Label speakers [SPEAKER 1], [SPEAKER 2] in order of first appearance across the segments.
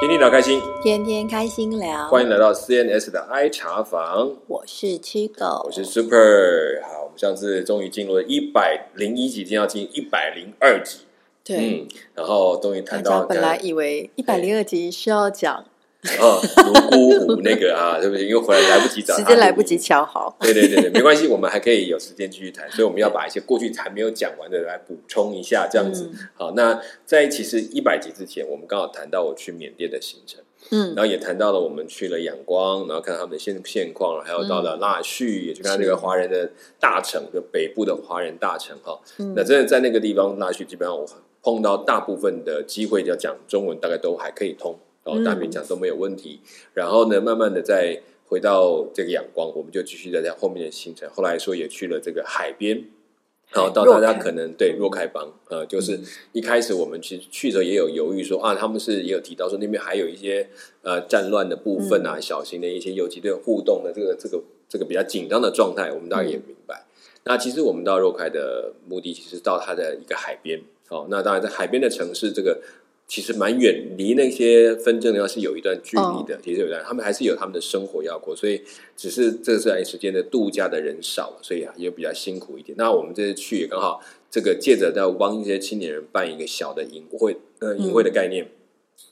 [SPEAKER 1] 天天聊开心，
[SPEAKER 2] 天天开心聊，
[SPEAKER 1] 欢迎来到 CNS 的 I 茶房，
[SPEAKER 2] 我是七狗，
[SPEAKER 1] 我是 Super。好，我们上次终于进入了一百零一集，今天要进一百零二集。嗯
[SPEAKER 2] 对，，
[SPEAKER 1] 然后终于
[SPEAKER 2] 嗯大
[SPEAKER 1] 谈
[SPEAKER 2] 家
[SPEAKER 1] 到
[SPEAKER 2] 本来以为一百零二集是要讲，
[SPEAKER 1] 啊泸沽湖那个啊， 对不对？因为回来来不及找他
[SPEAKER 2] 时间来不及瞧好，
[SPEAKER 1] 对对对对，没关系，我们还可以有时间继续 谈，所以我们要把一些过去还没有讲完的来补充一下，这样子。
[SPEAKER 2] 嗯
[SPEAKER 1] 好，那在其实一百集之前，我们刚好谈到我去缅甸的行程，
[SPEAKER 2] 嗯，
[SPEAKER 1] 然后也谈到了我们去了仰光，然后看他们的现现况，还有到了腊戌，也去看这个华人的大城，就北部的华人大城哈。
[SPEAKER 2] 嗯
[SPEAKER 1] 那真的在那个地方腊戌，基本上我碰到大部分的机会要讲中文，大概都还可以通，然后大
[SPEAKER 2] 嗯
[SPEAKER 1] 勉强都没有问题。然后呢，慢慢的再回到这个仰光，我们就继续在在后面的行程。后来说也去了这个海边，好到大
[SPEAKER 2] 若
[SPEAKER 1] 家
[SPEAKER 2] 开嗯
[SPEAKER 1] 可能对若开邦，呃，就是一开始我们其实去的时候也有犹豫说啊，他们是也有提到说那边还有一些呃战乱的部分
[SPEAKER 2] 嗯
[SPEAKER 1] 啊，小型的一些游击队互动的这个这个这个比较紧张的状态，我们
[SPEAKER 2] 嗯
[SPEAKER 1] 大概也明白。那其实我们到若开的目的，其实到它的一个海边，哦，那当然在海边的城市这个。其实蛮远，离那些纷争的地方是有一段距离的，其实有一段，他们还是有他们的生活要过，所以只是这段时间的度假的人少了，所以啊也比较辛苦一点。那我们这次去也刚好，这个借着要帮一些青年人办一个小的营会，呃，营会的概念。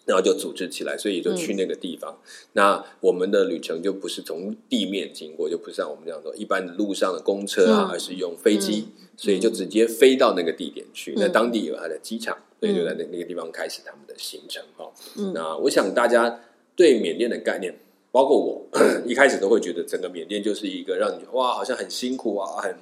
[SPEAKER 1] 然后就组织起来，所以就去那个地方。那我们的旅程就不是从地面经过，就不是像我们这样说一般的路上的公车啊，
[SPEAKER 2] 嗯
[SPEAKER 1] 而是用飞机，所以
[SPEAKER 2] 嗯
[SPEAKER 1] 就直接飞到那个地点去。那
[SPEAKER 2] 嗯
[SPEAKER 1] 当地有它的机场，所以就
[SPEAKER 2] 嗯
[SPEAKER 1] 在那那个地方开始他们的行程哦。
[SPEAKER 2] 嗯
[SPEAKER 1] 那我想大家对缅甸的概念，包括我 一开始都会觉得整个缅甸就是一个让你觉得哇，好像很辛苦啊，很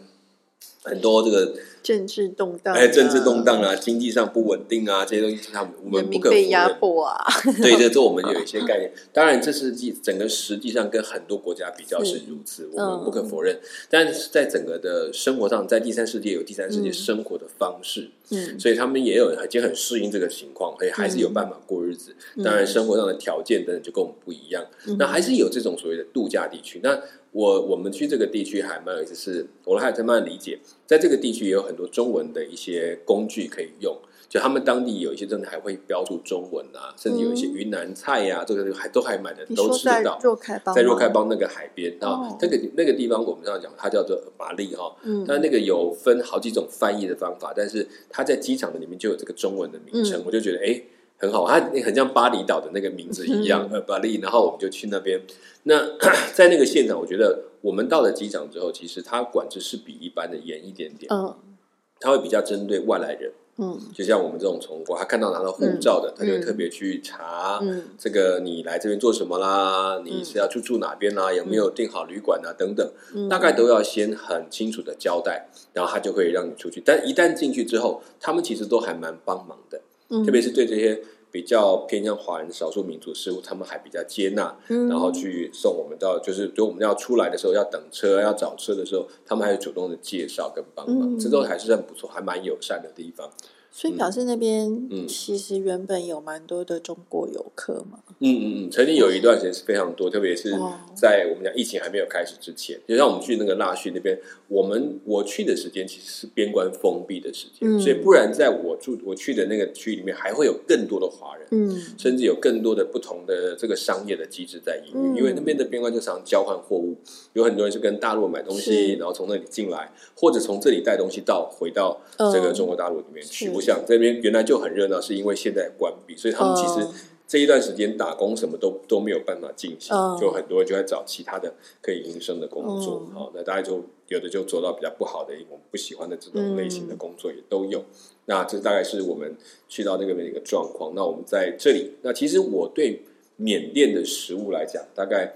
[SPEAKER 1] 很多这个
[SPEAKER 2] 政治动荡，
[SPEAKER 1] 哎政治动，荡啊，经济上不稳定啊，这些东西是他们我们
[SPEAKER 2] 人
[SPEAKER 1] 不
[SPEAKER 2] 民
[SPEAKER 1] 可否
[SPEAKER 2] 被压
[SPEAKER 1] 认。
[SPEAKER 2] 迫啊，
[SPEAKER 1] 对，这这我们有一些概念。当然，这是际整个实际上跟很多国家比较是如此，我们不
[SPEAKER 2] 嗯
[SPEAKER 1] 可否认。但是在整个的生活上，在第三世界有第三世界
[SPEAKER 2] 嗯
[SPEAKER 1] 生活的方式，
[SPEAKER 2] 嗯
[SPEAKER 1] 所以他们也有已经很适应这个情况，所以还是有办法过日子。
[SPEAKER 2] 嗯
[SPEAKER 1] 当然，生活上的条件等等就跟我们不一样。
[SPEAKER 2] 嗯
[SPEAKER 1] 那还是有这种所谓的度假地区。那我我们去这个地区还蛮有意思，是我还在慢慢理解，在这个地区也有很多中文的一些工具可以用。就他们当地有一些真的还会标注中文啊，甚至有一些云南菜呀、这个还都还买的
[SPEAKER 2] 嗯你
[SPEAKER 1] 都
[SPEAKER 2] 说
[SPEAKER 1] 吃得
[SPEAKER 2] 在
[SPEAKER 1] 到。
[SPEAKER 2] 若开邦吗，
[SPEAKER 1] 在若开邦那个海边啊
[SPEAKER 2] 哦，
[SPEAKER 1] 那个那个地方我们要讲，它叫做马利哈，
[SPEAKER 2] 嗯，
[SPEAKER 1] 但那个有分好几种翻译的方法，但是它在机场的里面就有这个中文的名称，
[SPEAKER 2] 嗯
[SPEAKER 1] 我就觉得哎、诶很好，它很像巴厘岛的那个名字一样，
[SPEAKER 2] 嗯
[SPEAKER 1] 呃，巴厘。然后我们就去那边。那 在那个现场，我觉得我们到了机场之后，其实它管制是比一般的严一点点，
[SPEAKER 2] 嗯
[SPEAKER 1] 它会比较针对外来人，
[SPEAKER 2] 嗯
[SPEAKER 1] 就像我们这种从国，他看到拿到护照的，他就会
[SPEAKER 2] 嗯
[SPEAKER 1] 特别去查。
[SPEAKER 2] 嗯
[SPEAKER 1] 这个你来这边做什么啦？你是要住住哪边啦？有没有订好旅馆啊？等等，
[SPEAKER 2] 嗯，
[SPEAKER 1] 大概都要先很清楚的交代，然后他就会让你出去。但一旦进去之后，他们其实都还蛮帮忙的，
[SPEAKER 2] 嗯
[SPEAKER 1] 特别是对这些比较偏向华人少数民族事务，他们还比较接纳，
[SPEAKER 2] 嗯
[SPEAKER 1] 然后去送我们到，就是就我们要出来的时候要等车要找车的时候，他们还有主动的介绍跟帮忙，
[SPEAKER 2] 嗯
[SPEAKER 1] 这都还是算不错，还蛮友善的地方。
[SPEAKER 2] 所以表示那边
[SPEAKER 1] 嗯
[SPEAKER 2] 其实原本有蛮多的中国游客嘛，
[SPEAKER 1] 嗯嗯嗯，曾经有一段时间是非常多，特别是
[SPEAKER 2] 哇
[SPEAKER 1] 在我们讲疫情还没有开始之前，就像我们去那个腊戌那边，我们我去的时间其实是边关封闭的时间，
[SPEAKER 2] 嗯
[SPEAKER 1] 所以不然在我住我去的那个区域里面，还会有更多的华人，
[SPEAKER 2] 嗯
[SPEAKER 1] 甚至有更多的不同的这个商业的机制在营运，
[SPEAKER 2] 嗯
[SPEAKER 1] 因为那边的边关就常交换货物，有很多人是跟大陆买东西，
[SPEAKER 2] 是
[SPEAKER 1] 然后从那里进来，或者从这里带东西到回到这个
[SPEAKER 2] 嗯
[SPEAKER 1] 中国大陆里面去。
[SPEAKER 2] 是
[SPEAKER 1] 我想这边原来就很热闹，是因为现在关闭，所以他们其实
[SPEAKER 2] 嗯
[SPEAKER 1] 这一段时间打工什么都都没有办法进行，
[SPEAKER 2] 嗯
[SPEAKER 1] 就很多人就在找其他的可以营生的工作。
[SPEAKER 2] 嗯
[SPEAKER 1] 好、那大家就有的就做到比较不好的，我们不喜欢的这种类
[SPEAKER 2] 嗯
[SPEAKER 1] 型的工作也都有。那这大概是我们去到那边的一个状况。那我们在这里，那其实我对缅甸的食物来讲，大概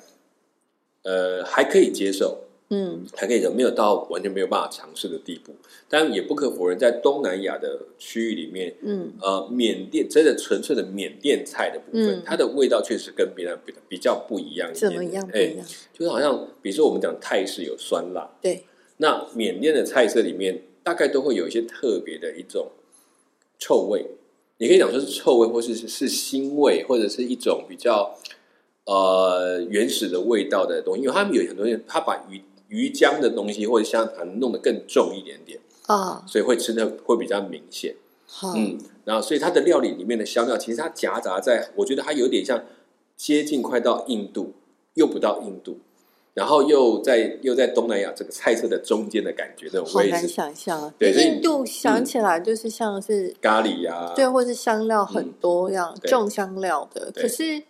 [SPEAKER 1] 呃还可以接受，
[SPEAKER 2] 嗯
[SPEAKER 1] 还可以的，没有到完全没有办法尝试的地步。但也不可否认，在东南亚的区域里面，
[SPEAKER 2] 嗯
[SPEAKER 1] 呃，缅甸真的纯粹的缅甸菜的部分，
[SPEAKER 2] 嗯
[SPEAKER 1] 它的味道确实跟别人比比较不一样一点
[SPEAKER 2] 怎
[SPEAKER 1] 点。
[SPEAKER 2] 么样不
[SPEAKER 1] 哎、
[SPEAKER 2] 一样？
[SPEAKER 1] 就是好像比如说我们讲泰式有酸辣，
[SPEAKER 2] 对，
[SPEAKER 1] 那缅甸的菜色里面大概都会有一些特别的一种臭味，你可以讲说是臭味，或是是是腥味，或者是一种比较呃原始的味道的东西，因为他们有很多人他把鱼鱼浆的东西或者香肠弄得更重一点点，
[SPEAKER 2] 啊，
[SPEAKER 1] 所以会吃的会比较明显。
[SPEAKER 2] 好，
[SPEAKER 1] 嗯，然后所以它的料理里面的香料，其实它夹杂在，我觉得它有点像接近快到印度，又不到印度，然后又在又在东南亚这个菜色的中间的感觉，这种
[SPEAKER 2] 好
[SPEAKER 1] 味
[SPEAKER 2] 难
[SPEAKER 1] 是
[SPEAKER 2] 想象啊。
[SPEAKER 1] 对所以
[SPEAKER 2] 印度想起来就是像是
[SPEAKER 1] 咖喱呀、
[SPEAKER 2] 对，或是香料很
[SPEAKER 1] 嗯
[SPEAKER 2] 多样，
[SPEAKER 1] 对
[SPEAKER 2] 重香料的。
[SPEAKER 1] 对
[SPEAKER 2] 可是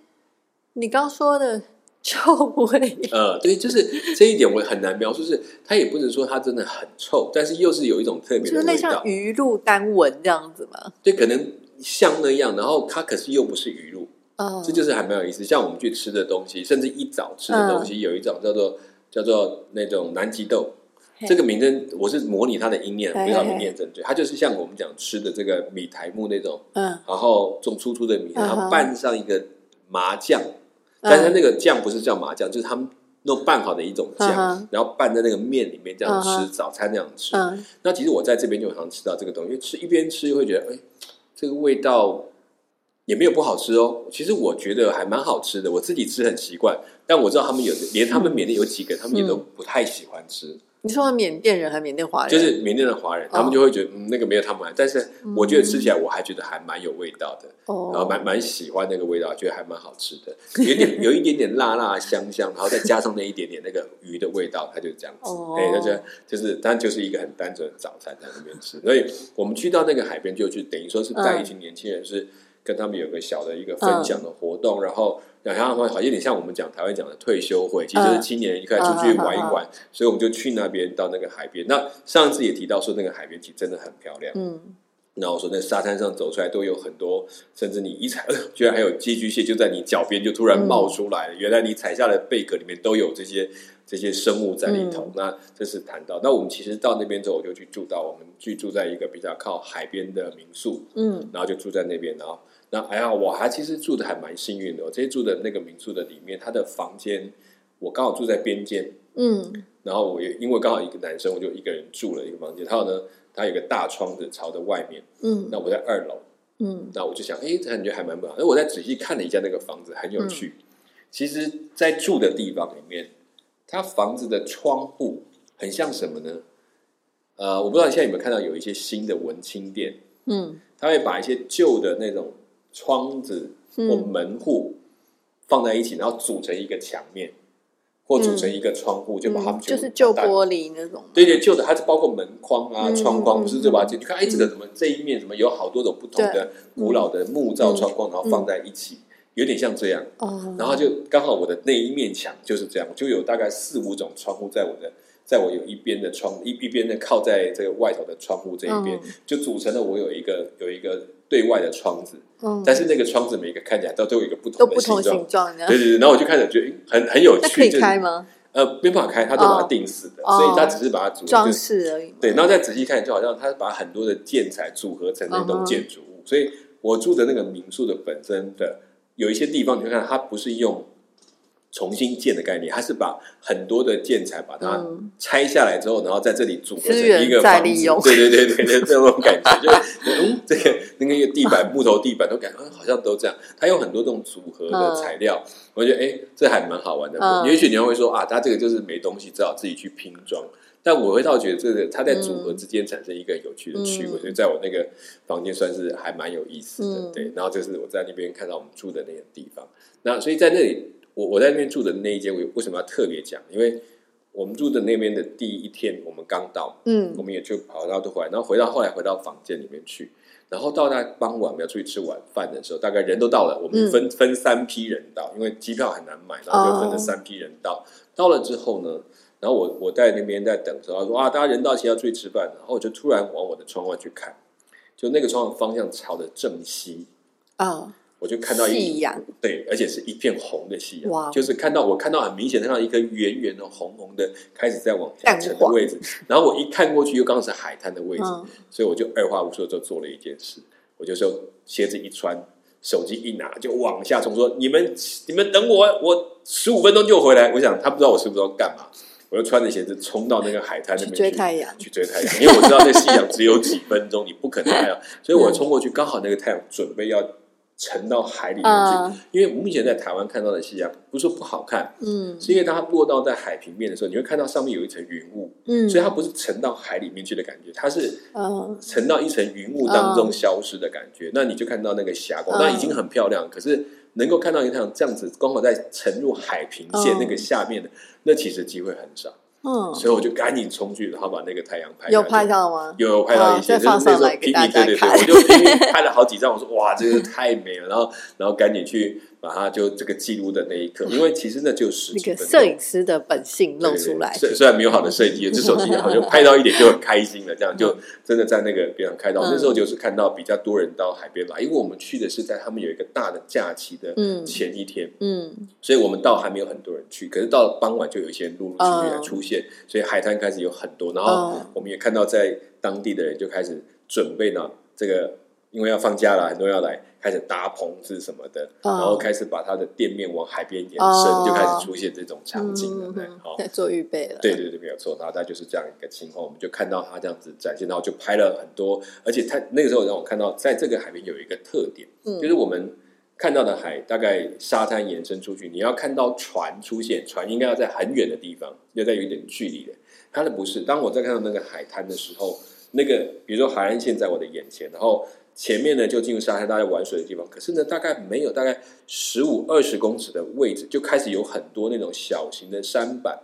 [SPEAKER 2] 你刚说的臭 味，
[SPEAKER 1] 呃，对，就是这一点我很难描述，就是它也不能说它真的很臭，但是又是有一种特别
[SPEAKER 2] 就
[SPEAKER 1] 的
[SPEAKER 2] 是类
[SPEAKER 1] 味
[SPEAKER 2] 像
[SPEAKER 1] 道，
[SPEAKER 2] 鱼露单闻这样子嘛？
[SPEAKER 1] 对，可能像那样，然后它可是又不是鱼露，
[SPEAKER 2] 嗯，
[SPEAKER 1] 这就是还蛮有意思。像我们去吃的东西，甚至一早吃的东西，
[SPEAKER 2] 嗯
[SPEAKER 1] 有一种叫做叫做那种南极豆
[SPEAKER 2] 嘿。
[SPEAKER 1] 这个名称我是模拟它的音念，
[SPEAKER 2] 嘿
[SPEAKER 1] 不知道你念正确。它就是像我们讲吃的这个米苔木那种，
[SPEAKER 2] 嗯，
[SPEAKER 1] 然后种粗粗的米，
[SPEAKER 2] 嗯哼
[SPEAKER 1] 然后拌上一个麻酱，但是它那个酱不是叫麻酱，就是他们弄拌好的一种
[SPEAKER 2] 嗯
[SPEAKER 1] 酱
[SPEAKER 2] 哼，
[SPEAKER 1] 然后拌在那个面里面这样
[SPEAKER 2] 嗯
[SPEAKER 1] 吃，
[SPEAKER 2] 哼
[SPEAKER 1] 早餐这样吃。
[SPEAKER 2] 嗯
[SPEAKER 1] 那其实我在这边就常吃到这个东西，因为吃一边吃会觉得，哎，这个味道也没有不好吃哦。其实我觉得还蛮好吃的，我自己吃很习惯。但我知道他们有，连他们缅甸有几个，他们也都不太喜欢吃，
[SPEAKER 2] 你说的缅甸人还是缅甸华人？
[SPEAKER 1] 就是缅甸的华人，他们就会觉得、嗯、那个没有他们好。但是我觉得吃起来我还觉得还蛮有味道的，然
[SPEAKER 2] 哦
[SPEAKER 1] 后，蛮蛮喜欢那个味道，觉得还蛮好吃的， 有点有一点点辣辣香香，然后再加上那一点点那个鱼的味道，它就这样子
[SPEAKER 2] 哦。
[SPEAKER 1] 对，就是就是，但就是一个很单纯的早餐在那边吃。所以我们去到那个海边，就去等于说是带一群年轻人，是跟他们有个小的一个分享的活动，然后。然后他们好有点像我们讲台湾讲的退休会，其
[SPEAKER 2] 嗯
[SPEAKER 1] 实就是青年人一块出去玩一玩，所以我们就去那边到那个海边。那上次也提到说那个海边其实真的很漂亮，
[SPEAKER 2] 嗯，
[SPEAKER 1] 那我说，那沙滩上走出来都有很多，甚至你一踩，哎居然还有寄居蟹就在你脚边就突然冒出来了。原来你踩下的贝壳里面都有这些这些生物在里头。那这是谈到，那我们其实到那边之后，我就去住到我们去住在一个比较靠海边的民宿，
[SPEAKER 2] 嗯
[SPEAKER 1] 然后就住在那边，然后那哎呀，我还其实住的还蛮幸运的。我这次住的那个民宿的里面，它的房间我刚好住在边间，
[SPEAKER 2] 嗯
[SPEAKER 1] 然后我也因为刚好一个男生，我就一个人住了一个房间。还有呢，它有个大窗子朝着外面，
[SPEAKER 2] 嗯
[SPEAKER 1] 那我在二楼。
[SPEAKER 2] 嗯
[SPEAKER 1] 那我就想，哎，这感觉还蛮不好。那我再仔细看了一下那个房子，很
[SPEAKER 2] 嗯
[SPEAKER 1] 有趣。其实，在住的地方里面，它房子的窗户很像什么呢？呃，我不知道你现在有没有看到有一些新的文青店，
[SPEAKER 2] 嗯
[SPEAKER 1] 它会把一些旧的那种窗子或
[SPEAKER 2] 嗯
[SPEAKER 1] 门户放在一起，然后组成一个墙面，或组成一个窗户，就把它
[SPEAKER 2] 嗯，
[SPEAKER 1] 们
[SPEAKER 2] 就
[SPEAKER 1] 全部
[SPEAKER 2] 是旧
[SPEAKER 1] 搭在
[SPEAKER 2] 玻璃那种。
[SPEAKER 1] 对对，旧的它是包括门框啊、
[SPEAKER 2] 嗯
[SPEAKER 1] 窗框，
[SPEAKER 2] 嗯嗯
[SPEAKER 1] 不是就把它进去看，哎，这个什么这一面什么有好多种不同的古老的木造窗框，然后放在一起，有点像这样。
[SPEAKER 2] 哦，
[SPEAKER 1] 然后就刚好我的那一面墙就是这样，就有大概四五种窗户在我的，在我有一边的窗一一边的靠在这个外头的窗户这一边，
[SPEAKER 2] 嗯
[SPEAKER 1] 就组成了我有一个有一个对外的窗子，
[SPEAKER 2] 嗯
[SPEAKER 1] 但是那个窗子每个看起来都都有一个不
[SPEAKER 2] 都
[SPEAKER 1] 同的
[SPEAKER 2] 不同
[SPEAKER 1] 形
[SPEAKER 2] 形
[SPEAKER 1] 状。
[SPEAKER 2] 状的，
[SPEAKER 1] 对对对，然后我就开始觉得诶很很有
[SPEAKER 2] 那
[SPEAKER 1] 趣，
[SPEAKER 2] 可以
[SPEAKER 1] 就是
[SPEAKER 2] 开吗？
[SPEAKER 1] 呃，没办法开，它都把
[SPEAKER 2] 哦
[SPEAKER 1] 它定死的，
[SPEAKER 2] 哦
[SPEAKER 1] 所以它只是把它组成
[SPEAKER 2] 装
[SPEAKER 1] 就
[SPEAKER 2] 饰而已嘛。
[SPEAKER 1] 对，然后再仔细看，就好像他把很多的建材组合成那
[SPEAKER 2] 嗯哼
[SPEAKER 1] 栋建筑物。所以我住的那个民宿的本身的有一些地方，你会看它不是用重新建的概念，它是把很多的建材把它
[SPEAKER 2] 嗯
[SPEAKER 1] 拆下来之后，然后在这里组合
[SPEAKER 2] 资
[SPEAKER 1] 成
[SPEAKER 2] 源
[SPEAKER 1] 一个
[SPEAKER 2] 再
[SPEAKER 1] 房子
[SPEAKER 2] 利用
[SPEAKER 1] 对对对对对，这种感觉就是嗯，这个那个地板木头地板都感觉嗯好像都这样，它有很多这种组合的
[SPEAKER 2] 嗯
[SPEAKER 1] 材料，我觉得哎，这还蛮好玩的。
[SPEAKER 2] 嗯
[SPEAKER 1] 也许你会说啊，它这个就是没东西，只好自己去拼装。但我会倒觉得这个它在组合之间产生一个有趣的趣味，
[SPEAKER 2] 嗯
[SPEAKER 1] 所以在我那个房间算是还蛮有意思的。
[SPEAKER 2] 嗯
[SPEAKER 1] 对，然后这是我在那边看到我们住的那个地方。那所以在那里，我我在那边住的那一间，我为什么要特别讲？因为我们住的那边的第一天，我们刚到，我
[SPEAKER 2] 嗯
[SPEAKER 1] 们也就跑到都回来，然后回到后来回到房间里面去，然后到那傍晚我们要出去吃晚饭的时候，大概人都到了，我们分、分三批人到，因为机票很难买，然后就分了三批人到。到了之后呢，然后我我在那边在等的时候，他说啊，大家人到齐要出去吃饭，然后我就突然往我的窗外去看，就那个窗外方向朝着正西，
[SPEAKER 2] 啊，
[SPEAKER 1] 我就看到一
[SPEAKER 2] 夕阳
[SPEAKER 1] 对，而且是一片红的夕阳，
[SPEAKER 2] 哇哦
[SPEAKER 1] 就是看到我看到很明显看到一颗圆圆的红红的开始在往下
[SPEAKER 2] 淡
[SPEAKER 1] 沉的
[SPEAKER 2] 黄
[SPEAKER 1] 位 置，然后我一看过去又刚好是海滩的位置，
[SPEAKER 2] 嗯
[SPEAKER 1] 所以我就二话不说就做了一件事，我就说鞋子一穿，手机一拿就往下冲，说你们你们等我，我十五分钟就回来。我想他不知道我十五分钟干嘛，我就穿着鞋子冲到那个海滩那
[SPEAKER 2] 去
[SPEAKER 1] 边
[SPEAKER 2] 追太阳。
[SPEAKER 1] 去追太阳，因为我
[SPEAKER 2] 嗯
[SPEAKER 1] 知道那夕阳只有几分钟，你不可能太阳，所以我冲过去，刚好那个太阳准备要沉到海里面去。
[SPEAKER 2] 嗯
[SPEAKER 1] 因为目前在台湾看到的戏啊，不是说不好看，
[SPEAKER 2] 嗯
[SPEAKER 1] 是因为当它落到在海平面的时候，你会看到上面有一层云雾，
[SPEAKER 2] 嗯，
[SPEAKER 1] 所以它不是沉到海里面去的感觉，它是
[SPEAKER 2] 嗯
[SPEAKER 1] 沉到一层云雾当中消失的感觉。那你就看到那个霞光，
[SPEAKER 2] 嗯
[SPEAKER 1] 那已经很漂亮，可是能够看到一趟这样子，刚好在沉入海平线
[SPEAKER 2] 嗯
[SPEAKER 1] 那个下面的，那其实机会很少。
[SPEAKER 2] 嗯，
[SPEAKER 1] 所以我就赶紧冲去，然后把那个太阳拍下去
[SPEAKER 2] 有拍到吗？
[SPEAKER 1] 有有拍到一些，
[SPEAKER 2] 哦再
[SPEAKER 1] 就是
[SPEAKER 2] 放
[SPEAKER 1] 那时
[SPEAKER 2] 上
[SPEAKER 1] 候
[SPEAKER 2] 来
[SPEAKER 1] 拼
[SPEAKER 2] 给大
[SPEAKER 1] 命，
[SPEAKER 2] 家
[SPEAKER 1] 对对对，
[SPEAKER 2] 看
[SPEAKER 1] 我就拼命拍了好几张，我说哇，这个太美了，然后然后赶紧去把它就这个记录的那一刻，因为其实那就十
[SPEAKER 2] 那
[SPEAKER 1] 几
[SPEAKER 2] 个
[SPEAKER 1] 分钟
[SPEAKER 2] 摄影师的本性露
[SPEAKER 1] 对对
[SPEAKER 2] 出来，
[SPEAKER 1] 虽虽然没有好的设计，这手机好像拍到一点就很开心了，这样就真的在那个边上开到。
[SPEAKER 2] 嗯
[SPEAKER 1] 那时候就是看到比较多人到海边来，因为我们去的是在他们有一个大的假期的
[SPEAKER 2] 嗯
[SPEAKER 1] 前一天，
[SPEAKER 2] 嗯
[SPEAKER 1] 所以我们到还没有很多人去，可是到了傍晚就有一些人陆陆续续
[SPEAKER 2] 嗯
[SPEAKER 1] 的出现，所以海滩开始有很多，然后
[SPEAKER 2] 嗯
[SPEAKER 1] 我们也看到在当地的人就开始准备呢，这个因为要放假了，很多人要来。开始搭棚子什么的，
[SPEAKER 2] 嗯
[SPEAKER 1] 然后开始把他的店面往海边延伸，
[SPEAKER 2] 哦
[SPEAKER 1] 就开始出现这种场景了。
[SPEAKER 2] 嗯
[SPEAKER 1] 对
[SPEAKER 2] 嗯
[SPEAKER 1] 好，
[SPEAKER 2] 在做预备了，
[SPEAKER 1] 对对对，没有错。然后他就是这样一个情况，我们就看到他这样子展现，然后就拍了很多，而且他那个时候让我看到，在这个海边有一个特点，
[SPEAKER 2] 嗯
[SPEAKER 1] 就是我们看到的海大概沙滩延伸出去，你要看到船出现，船应该要在很远的地方，要在有一点距离的。它的不是，当我在看到那个海滩的时候，那个比如说海岸线在我的眼前，然后前面呢就进入沙滩，大家玩水的地方。可是呢，大概没有大概十五二十公尺的位置，就开始有很多那种小型的舢板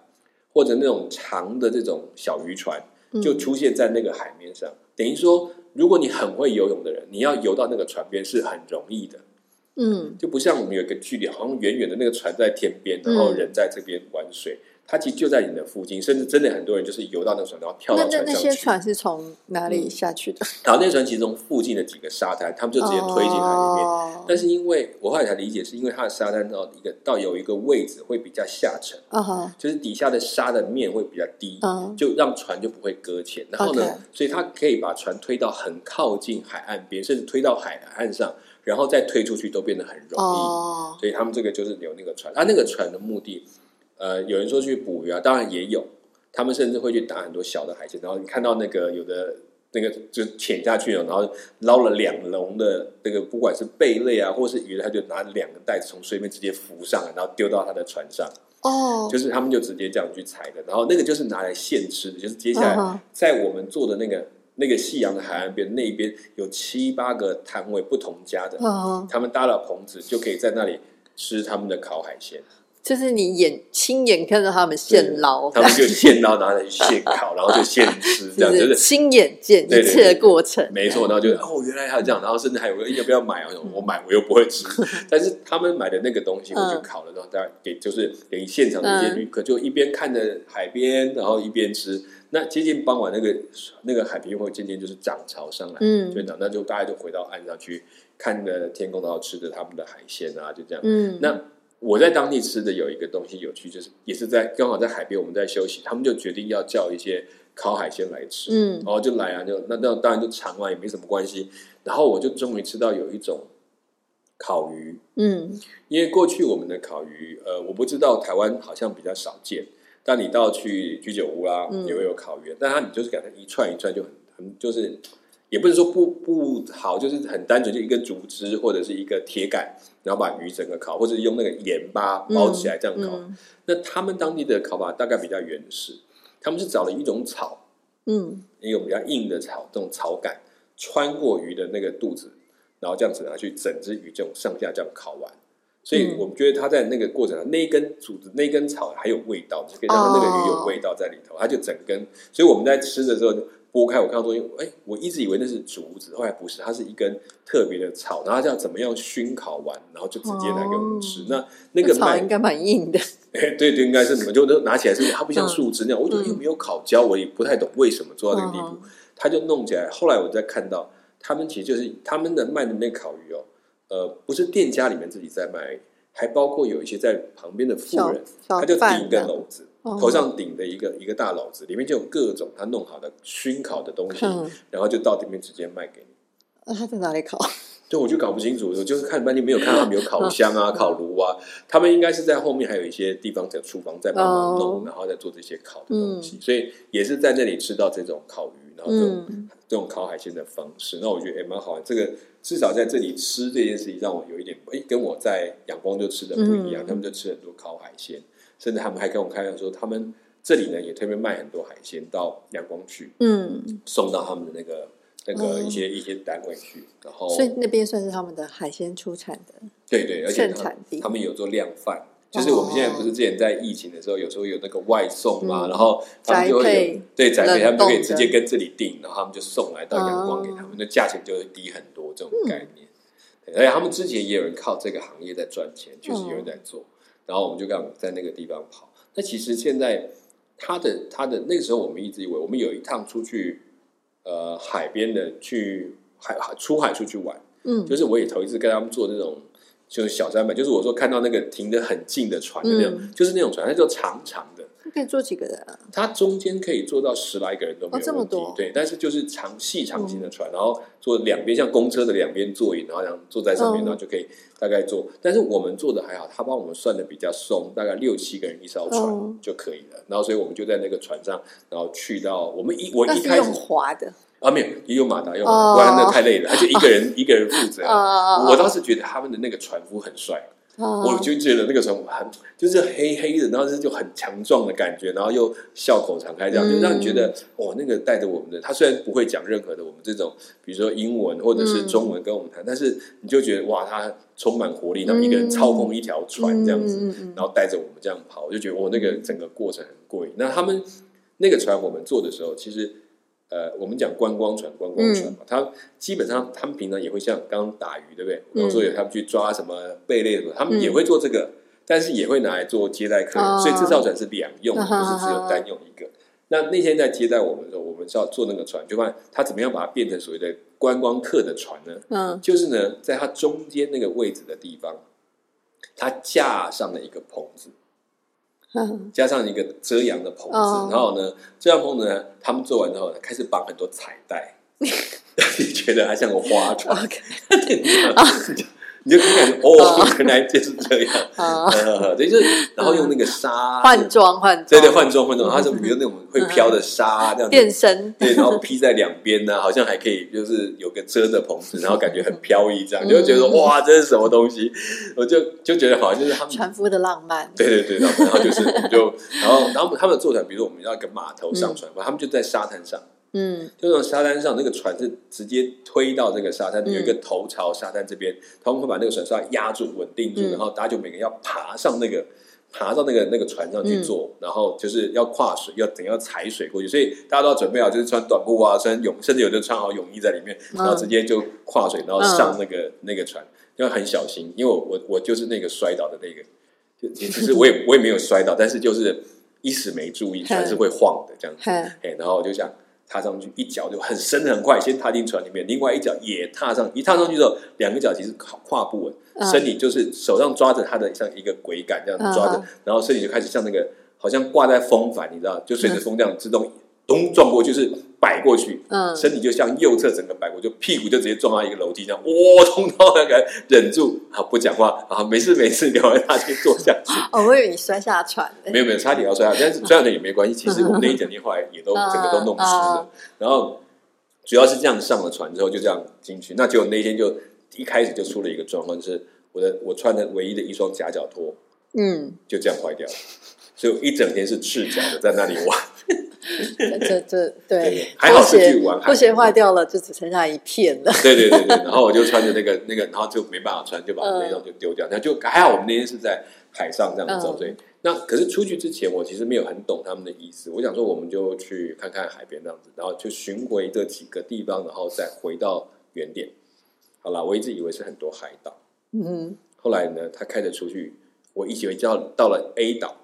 [SPEAKER 1] 或者那种长的这种小渔船，
[SPEAKER 2] 嗯
[SPEAKER 1] 就出现在那个海面上。等于说，如果你很会游泳的人，你要游到那个船边是很容易的。
[SPEAKER 2] 嗯
[SPEAKER 1] 就不像我们有一个距离，好像远远的那个船在天边，
[SPEAKER 2] 嗯
[SPEAKER 1] 然后人在这边玩水，它其实就在你的附近，甚至真的很多人就是游到那个船，然后跳
[SPEAKER 2] 那
[SPEAKER 1] 到船
[SPEAKER 2] 那那
[SPEAKER 1] 上
[SPEAKER 2] 些
[SPEAKER 1] 去。
[SPEAKER 2] 船是从哪里下去的？
[SPEAKER 1] 然后那船其中附近的几个沙滩，他们就直接推进海里面。
[SPEAKER 2] 哦
[SPEAKER 1] 但是因为我后来才理解，是因为它的沙滩到一个到有一个位置会比较下沉，
[SPEAKER 2] 啊哈，
[SPEAKER 1] 就是底下的沙的面会比较低，
[SPEAKER 2] 嗯
[SPEAKER 1] 就让船就不会搁浅。然后呢
[SPEAKER 2] OK
[SPEAKER 1] 所以它可以把船推到很靠近海岸边，甚至推到海岸上，然后再推出去都变得很容易。
[SPEAKER 2] 哦，
[SPEAKER 1] 所以他们这个就是留那个船。啊，那个船的目的，呃，有人说去捕鱼啊，当然也有，他们甚至会去打很多小的海鲜。然后你看到那个有的那个就潜下去了，然后捞了两笼的那个，不管是贝类啊，或是鱼，他就拿两个袋子从水面直接浮上来，然后丢到他的船上，
[SPEAKER 2] 哦，
[SPEAKER 1] 就是他们就直接这样去采的。然后那个就是拿来现吃的，就是接下
[SPEAKER 2] 嗯哼
[SPEAKER 1] 来在我们做的那个。那个夕阳的海岸边那一边有七八个摊位，不同家的，
[SPEAKER 2] 嗯，
[SPEAKER 1] 他们搭了棚子，就可以在那里吃他们的烤海鲜。
[SPEAKER 2] 就是你眼亲眼看到他们现捞，
[SPEAKER 1] 他们就现捞，然后就现烤，然后就现 吃，这样
[SPEAKER 2] 就
[SPEAKER 1] 就是是
[SPEAKER 2] 亲眼见
[SPEAKER 1] 对
[SPEAKER 2] 一
[SPEAKER 1] 对
[SPEAKER 2] 切的过程，
[SPEAKER 1] 没错。然后就哦，原来还有这样，然后甚至还有个要不要买啊？
[SPEAKER 2] 嗯
[SPEAKER 1] 我买我又不会吃， 但是他们买的那个东西，
[SPEAKER 2] 嗯
[SPEAKER 1] 我去烤了，然后大家给就是等于现场的一些旅客就一边看着海边，然后一边吃。那接近傍晚，那个那个海平面会渐渐就是涨潮上来，
[SPEAKER 2] 嗯
[SPEAKER 1] 就涨，那就大家就回到岸上去看着天空，然后吃着他们的海鲜啊，就这样。
[SPEAKER 2] 嗯，
[SPEAKER 1] 那我在当地吃的有一个东西有趣，就是也是在刚好在海边，我们在休息，他们就决定要叫一些烤海鲜来吃，
[SPEAKER 2] 嗯
[SPEAKER 1] 然后就来啊，就那那当然就尝完也没什么关系。然后我就终于吃到有一种烤鱼，
[SPEAKER 2] 嗯
[SPEAKER 1] 因为过去我们的烤鱼，呃，我不知道台湾好像比较少见，但你到去居酒屋啦、
[SPEAKER 2] 嗯
[SPEAKER 1] 也会有烤鱼，但它你就是感觉一串一串就很很就是，也不是说不不好，就是很单纯，就一个竹枝或者是一个铁杆，然后把鱼整个烤，或者是用那个盐巴包起来这样烤。
[SPEAKER 2] 嗯
[SPEAKER 1] 那他们当地的烤法大概比较原始，他们是找了一种草，
[SPEAKER 2] 嗯
[SPEAKER 1] 一种比较硬的草，这种草杆穿过鱼的那个肚子，然后这样子拿去整只鱼这种上下这样烤完。所以
[SPEAKER 2] 嗯
[SPEAKER 1] 我们觉得它在那个过程上，那一根竹子、那一根草还有味道，就可以让它那个鱼
[SPEAKER 2] 哦
[SPEAKER 1] 有味道在里头。它就整根，所以我们在吃的时候就剥开，我看到东西，哎，我一直以为那是竹子，后来不是，它是一根特别的草，然后它要怎么样熏烤完，然后就直接拿给我们吃。
[SPEAKER 2] 哦
[SPEAKER 1] 那那
[SPEAKER 2] 那
[SPEAKER 1] 个
[SPEAKER 2] 草
[SPEAKER 1] 卖
[SPEAKER 2] 应该蛮 硬的，
[SPEAKER 1] 哎，对对，应该是你们就都拿起来是，它不像
[SPEAKER 2] 嗯
[SPEAKER 1] 树枝那样，我觉得
[SPEAKER 2] 嗯
[SPEAKER 1] 又没有烤焦，我也不太懂为什么做到这个地步
[SPEAKER 2] 嗯，
[SPEAKER 1] 他就弄起来。后来我再看到，他们其实就是他们的卖的那烤鱼哦，呃，不是店家里面自己在卖，还包括有一些在旁边的富
[SPEAKER 2] 小
[SPEAKER 1] 人，
[SPEAKER 2] 小
[SPEAKER 1] 他就顶
[SPEAKER 2] 贩
[SPEAKER 1] 一个
[SPEAKER 2] 的
[SPEAKER 1] 篓子，
[SPEAKER 2] 哦
[SPEAKER 1] 头上顶的一个一个大篓子，里面就有各种他弄好的熏烤的东西，
[SPEAKER 2] 嗯
[SPEAKER 1] 然后就到这边直接卖给你。
[SPEAKER 2] 那呃他在哪里烤？
[SPEAKER 1] 对，我就搞不清楚，我就是看半天没有看他们有烤箱
[SPEAKER 2] 嗯
[SPEAKER 1] 啊、烤炉啊，他们应该是在后面还有一些地方在厨房在帮忙弄，
[SPEAKER 2] 哦
[SPEAKER 1] 然后再做这些烤的东西，所以也是在那里吃到这种烤鱼，然后这种、
[SPEAKER 2] 嗯
[SPEAKER 1] 这种烤海鲜的方式，那我觉得也蛮好玩。这个至少在这里吃这件事情让我有一点，哎，跟我在阳光就吃的不一样，
[SPEAKER 2] 嗯
[SPEAKER 1] 他们就吃很多烤海鲜，甚至他们还跟我开玩笑说，他们这里呢也特别卖很多海鲜到阳光去，
[SPEAKER 2] 嗯，
[SPEAKER 1] 送到他们的那个。那个
[SPEAKER 2] 哦
[SPEAKER 1] 一些、一些单位去，然后
[SPEAKER 2] 所以那边算是他们的海鲜出产的。
[SPEAKER 1] 对对，而且
[SPEAKER 2] 盛
[SPEAKER 1] 他
[SPEAKER 2] 产地哦
[SPEAKER 1] 他们有做量贩，就是我们现在不是之前在疫情的时候，有时候有那个外送嘛，
[SPEAKER 2] 嗯
[SPEAKER 1] 然后他们就会
[SPEAKER 2] 宅
[SPEAKER 1] 有
[SPEAKER 2] 配
[SPEAKER 1] 对宅配，他们
[SPEAKER 2] 冷冻
[SPEAKER 1] 就可
[SPEAKER 2] 的哦
[SPEAKER 1] 以直接跟这里订，然后他们就送来到阳光给他们，那价钱就会低很多这种
[SPEAKER 2] 嗯
[SPEAKER 1] 概念。对而且他们之前也有人靠这个行业在赚钱，就是有
[SPEAKER 2] 嗯
[SPEAKER 1] 人在做，然后我们就刚在那个地方跑。那其实现在他的他的那个时候，我们一直以为我们有一趟出去呃海边的去海海出海出去玩。
[SPEAKER 2] 嗯
[SPEAKER 1] 就是我也头一次跟他们做那种就是小舢板，就是我说看到那个停得很近的船的那种，
[SPEAKER 2] 嗯
[SPEAKER 1] 就是那种船，它就长长的，
[SPEAKER 2] 可以坐几个人啊？
[SPEAKER 1] 它中间可以坐到十来个人都没
[SPEAKER 2] 哦
[SPEAKER 1] 有
[SPEAKER 2] 这么
[SPEAKER 1] 问题。
[SPEAKER 2] 多哦
[SPEAKER 1] 对，但是就是长细长型的船，然后坐两边像公车的两边座椅，然后这样坐在上面，
[SPEAKER 2] 嗯
[SPEAKER 1] 然后就可以大概坐。但是我们坐的还好，他帮我们算的比较松，大概六七个人一艘船
[SPEAKER 2] 嗯
[SPEAKER 1] 就可以了。然后所以我们就在那个船上，然后去到我们一我
[SPEAKER 2] 那
[SPEAKER 1] 一
[SPEAKER 2] 是
[SPEAKER 1] 开始
[SPEAKER 2] 用划的
[SPEAKER 1] 啊，没有，也有马达，用
[SPEAKER 2] 哦
[SPEAKER 1] 不然那太累了，他就一个 人一个人负责。
[SPEAKER 2] 啊
[SPEAKER 1] 我当时觉得他们的那个船夫很帅，我
[SPEAKER 2] 我
[SPEAKER 1] 就觉得那个船夫很就是黑黑的，然后就很强壮的感觉，然后又笑口常开，这样
[SPEAKER 2] 嗯
[SPEAKER 1] 就让你觉得哦，那个带着我们的他虽然不会讲任何的我们这种，比如说英文或者是中文跟我们谈，但是你就觉得哇，他充满活力，然后一个人操控一条船这样子，
[SPEAKER 2] 子
[SPEAKER 1] 然后带着我们这样跑，我就觉得我哦那
[SPEAKER 2] 嗯
[SPEAKER 1] 个整个过程很过瘾。那他们那个船我们坐的时候，其实呃，我们讲观光船，观光船嘛，
[SPEAKER 2] 嗯
[SPEAKER 1] 他基本上他们平常也会像刚刚打鱼，对不对？
[SPEAKER 2] 嗯
[SPEAKER 1] 然后说有他们去抓什么贝类什么，他们
[SPEAKER 2] 嗯
[SPEAKER 1] 也会做这个，但是也会拿来做接待客人，
[SPEAKER 2] 哦
[SPEAKER 1] 所以这艘船是两用，不
[SPEAKER 2] 啊哈
[SPEAKER 1] 是只有单用一个。那那天在接待我们的时候，我们是要坐那个船，就看他怎么样把它变成所谓的观光客的船呢？
[SPEAKER 2] 嗯
[SPEAKER 1] 就是呢，在它中间那个位置的地方，它架上了一个棚子，
[SPEAKER 2] 嗯
[SPEAKER 1] 加上一个遮阳的棚子，
[SPEAKER 2] 哦
[SPEAKER 1] 然后呢，遮阳棚子呢，他们做完之后呢，开始绑很多彩 带，你觉得它像个花船？
[SPEAKER 2] ，OK
[SPEAKER 1] 你就感觉哦，原来就是这样，
[SPEAKER 2] 啊，
[SPEAKER 1] 呃 对，就是然后用那个纱
[SPEAKER 2] 换，装嗯换装，
[SPEAKER 1] 对对，换装换装，它是比如那种会飘的纱这样子
[SPEAKER 2] 变身，
[SPEAKER 1] 对，然后披在两边啊呢、好像还可以，就是有个遮的棚子，然后感觉很飘逸，这样就会觉得
[SPEAKER 2] 嗯
[SPEAKER 1] 哇，这是什么东西？我就就觉得好像就是他们，
[SPEAKER 2] 船夫的浪漫，
[SPEAKER 1] 对对对，然后然后就是我们就，然后然后他们的坐船，比如说我们要跟码头上船嘛，他们就在沙滩上，
[SPEAKER 2] 嗯
[SPEAKER 1] 就从沙滩上那个船是直接推到这个沙滩，
[SPEAKER 2] 嗯
[SPEAKER 1] 有一个头朝沙滩这边，他们会把那个船稍微压住、稳定住，
[SPEAKER 2] 嗯
[SPEAKER 1] 然后大家就每个人要爬上那个。爬到那个那个船上去坐，
[SPEAKER 2] 嗯
[SPEAKER 1] 然后就是要跨水，要等要踩水过去，所以大家都要准备好，就是穿短裤啊，穿泳，甚至有的穿好泳衣在里面，
[SPEAKER 2] 嗯
[SPEAKER 1] 然后直接就跨水，然后上那个、那个船，要很小心，因为我我我就是那个摔倒的那个，就其实我也我也没有摔倒，但是就是一时没注意， 船是会晃的这样子。
[SPEAKER 2] 哼
[SPEAKER 1] 哎，然后我就想踏上去，一脚就很深很快，先踏进船里面，另外一脚也踏上，一踏上去之后，两个脚其实跨跨不稳，
[SPEAKER 2] 嗯
[SPEAKER 1] 身体就是手上抓着它的像一个桅杆这样子
[SPEAKER 2] 嗯
[SPEAKER 1] 抓着
[SPEAKER 2] 嗯，
[SPEAKER 1] 然后身体就开始像那个好像挂在风帆，你知道，就随着风这样自动咚撞过去，就是摆过去，
[SPEAKER 2] 嗯
[SPEAKER 1] 身体就向右侧整个摆过，就屁股就直接撞到一个楼梯这样，哇、 痛到那个忍住啊不讲话啊，没事没事，赶快下去坐下去。
[SPEAKER 2] 哦，我以为你摔下船嘞，
[SPEAKER 1] 没有没有，差点要摔下，但 是摔下来也没关系。其实我们那一整天后来也都整个都弄湿了
[SPEAKER 2] 嗯，
[SPEAKER 1] 然后主要是这样上了船之后就这样进去，那结果那天就一开始就出了一个状况，就是我的我穿的唯一的一双夹脚拖
[SPEAKER 2] 嗯，
[SPEAKER 1] 就这样坏掉了，所以我一整天是赤脚的在那里玩。
[SPEAKER 2] 这这这对
[SPEAKER 1] 对，还好
[SPEAKER 2] 拖鞋
[SPEAKER 1] 出去玩还好
[SPEAKER 2] 拖鞋坏掉了，就只剩下一片了，
[SPEAKER 1] 对对对对，然后我就穿着那个那个，然后就没办法穿，就把那双就丢掉。那就还好，我们那天是在海上这样走，
[SPEAKER 2] 嗯
[SPEAKER 1] 所以那可是出去之前，我其实没有很懂他们的意思。我想说，我们就去看看海边这样子，然后就巡回这几个地方，然后再回到原点。好啦，我一直以为是很多海岛，
[SPEAKER 2] 嗯
[SPEAKER 1] 后来呢，他开着出去，我一以为叫到了 A 岛，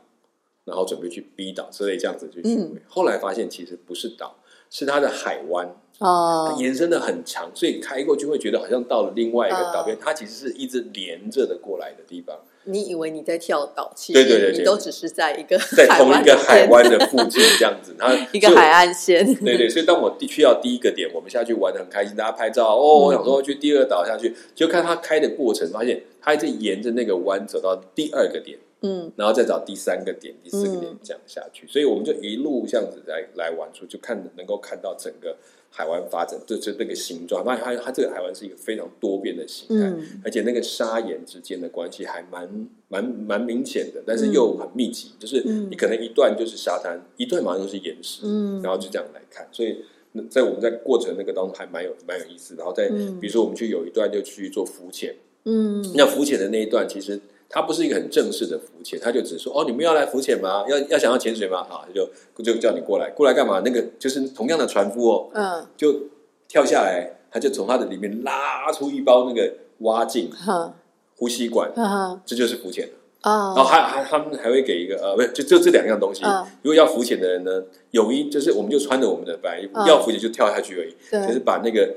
[SPEAKER 1] 然后准备去 B 岛之类这样子去巡回。后来发现其实不是岛，是它的海湾。它
[SPEAKER 2] 哦，
[SPEAKER 1] 延伸的很长，所以开过去会觉得好像到了另外一个
[SPEAKER 2] 啊
[SPEAKER 1] 岛边，它其实是一直连着的过来的地方，
[SPEAKER 2] 你以为你在跳岛，其
[SPEAKER 1] 对对对
[SPEAKER 2] 实你
[SPEAKER 1] 对
[SPEAKER 2] 都只是在一个
[SPEAKER 1] 在同一个海
[SPEAKER 2] 海
[SPEAKER 1] 湾的附近这样子，然后
[SPEAKER 2] 一个
[SPEAKER 1] 所以我
[SPEAKER 2] 海岸线，
[SPEAKER 1] 对对，所以当我第去到第一个点，我们下去玩的很开心，大家拍照哦。我想
[SPEAKER 2] 嗯
[SPEAKER 1] 说去第二岛下去，就看它开的过程，发现它一直沿着那个弯走到第二个点，
[SPEAKER 2] 嗯，
[SPEAKER 1] 然后再找第三个点、第四个点
[SPEAKER 2] 嗯
[SPEAKER 1] 这样下去。所以我们就一路这样子来来玩出，就看能够看到整个海湾发展，就是那个形状。发现它它这个海湾是一个非常多变的形态，
[SPEAKER 2] 嗯
[SPEAKER 1] 而且那个砂岩之间的关系还蛮蛮蛮明显的，但
[SPEAKER 2] 嗯
[SPEAKER 1] 是又很密集，就是你可能一段就是沙滩，一段马上就是岩石，
[SPEAKER 2] 嗯
[SPEAKER 1] 然后就这样来看，所以。那在我们在过程那个当中还蛮有蛮有意思，然后在
[SPEAKER 2] 嗯
[SPEAKER 1] 比如说我们去有一段就去做浮潜，
[SPEAKER 2] 嗯
[SPEAKER 1] 那浮潜的那一段，其实它不是一个很正式的浮潜，它就只是说哦，你们要来浮潜吗？要要想要潜水吗？啊，就就叫你过来，过来干嘛？那个就是同样的船夫哦，
[SPEAKER 2] 嗯，
[SPEAKER 1] 就跳下来，他就从他的里面拉出一包那个蛙镜、
[SPEAKER 2] 哈
[SPEAKER 1] 呼吸管，
[SPEAKER 2] 哈哈
[SPEAKER 1] 这就是浮潜。然后
[SPEAKER 2] 啊，
[SPEAKER 1] 还还他们还会给一个呃，不是就就这两样东西
[SPEAKER 2] 嗯。
[SPEAKER 1] 如果要浮潜的人呢，泳衣就是我们就穿着我们的白衣服，
[SPEAKER 2] 嗯
[SPEAKER 1] 要浮潜就跳下去而已，
[SPEAKER 2] 对
[SPEAKER 1] 就是把那个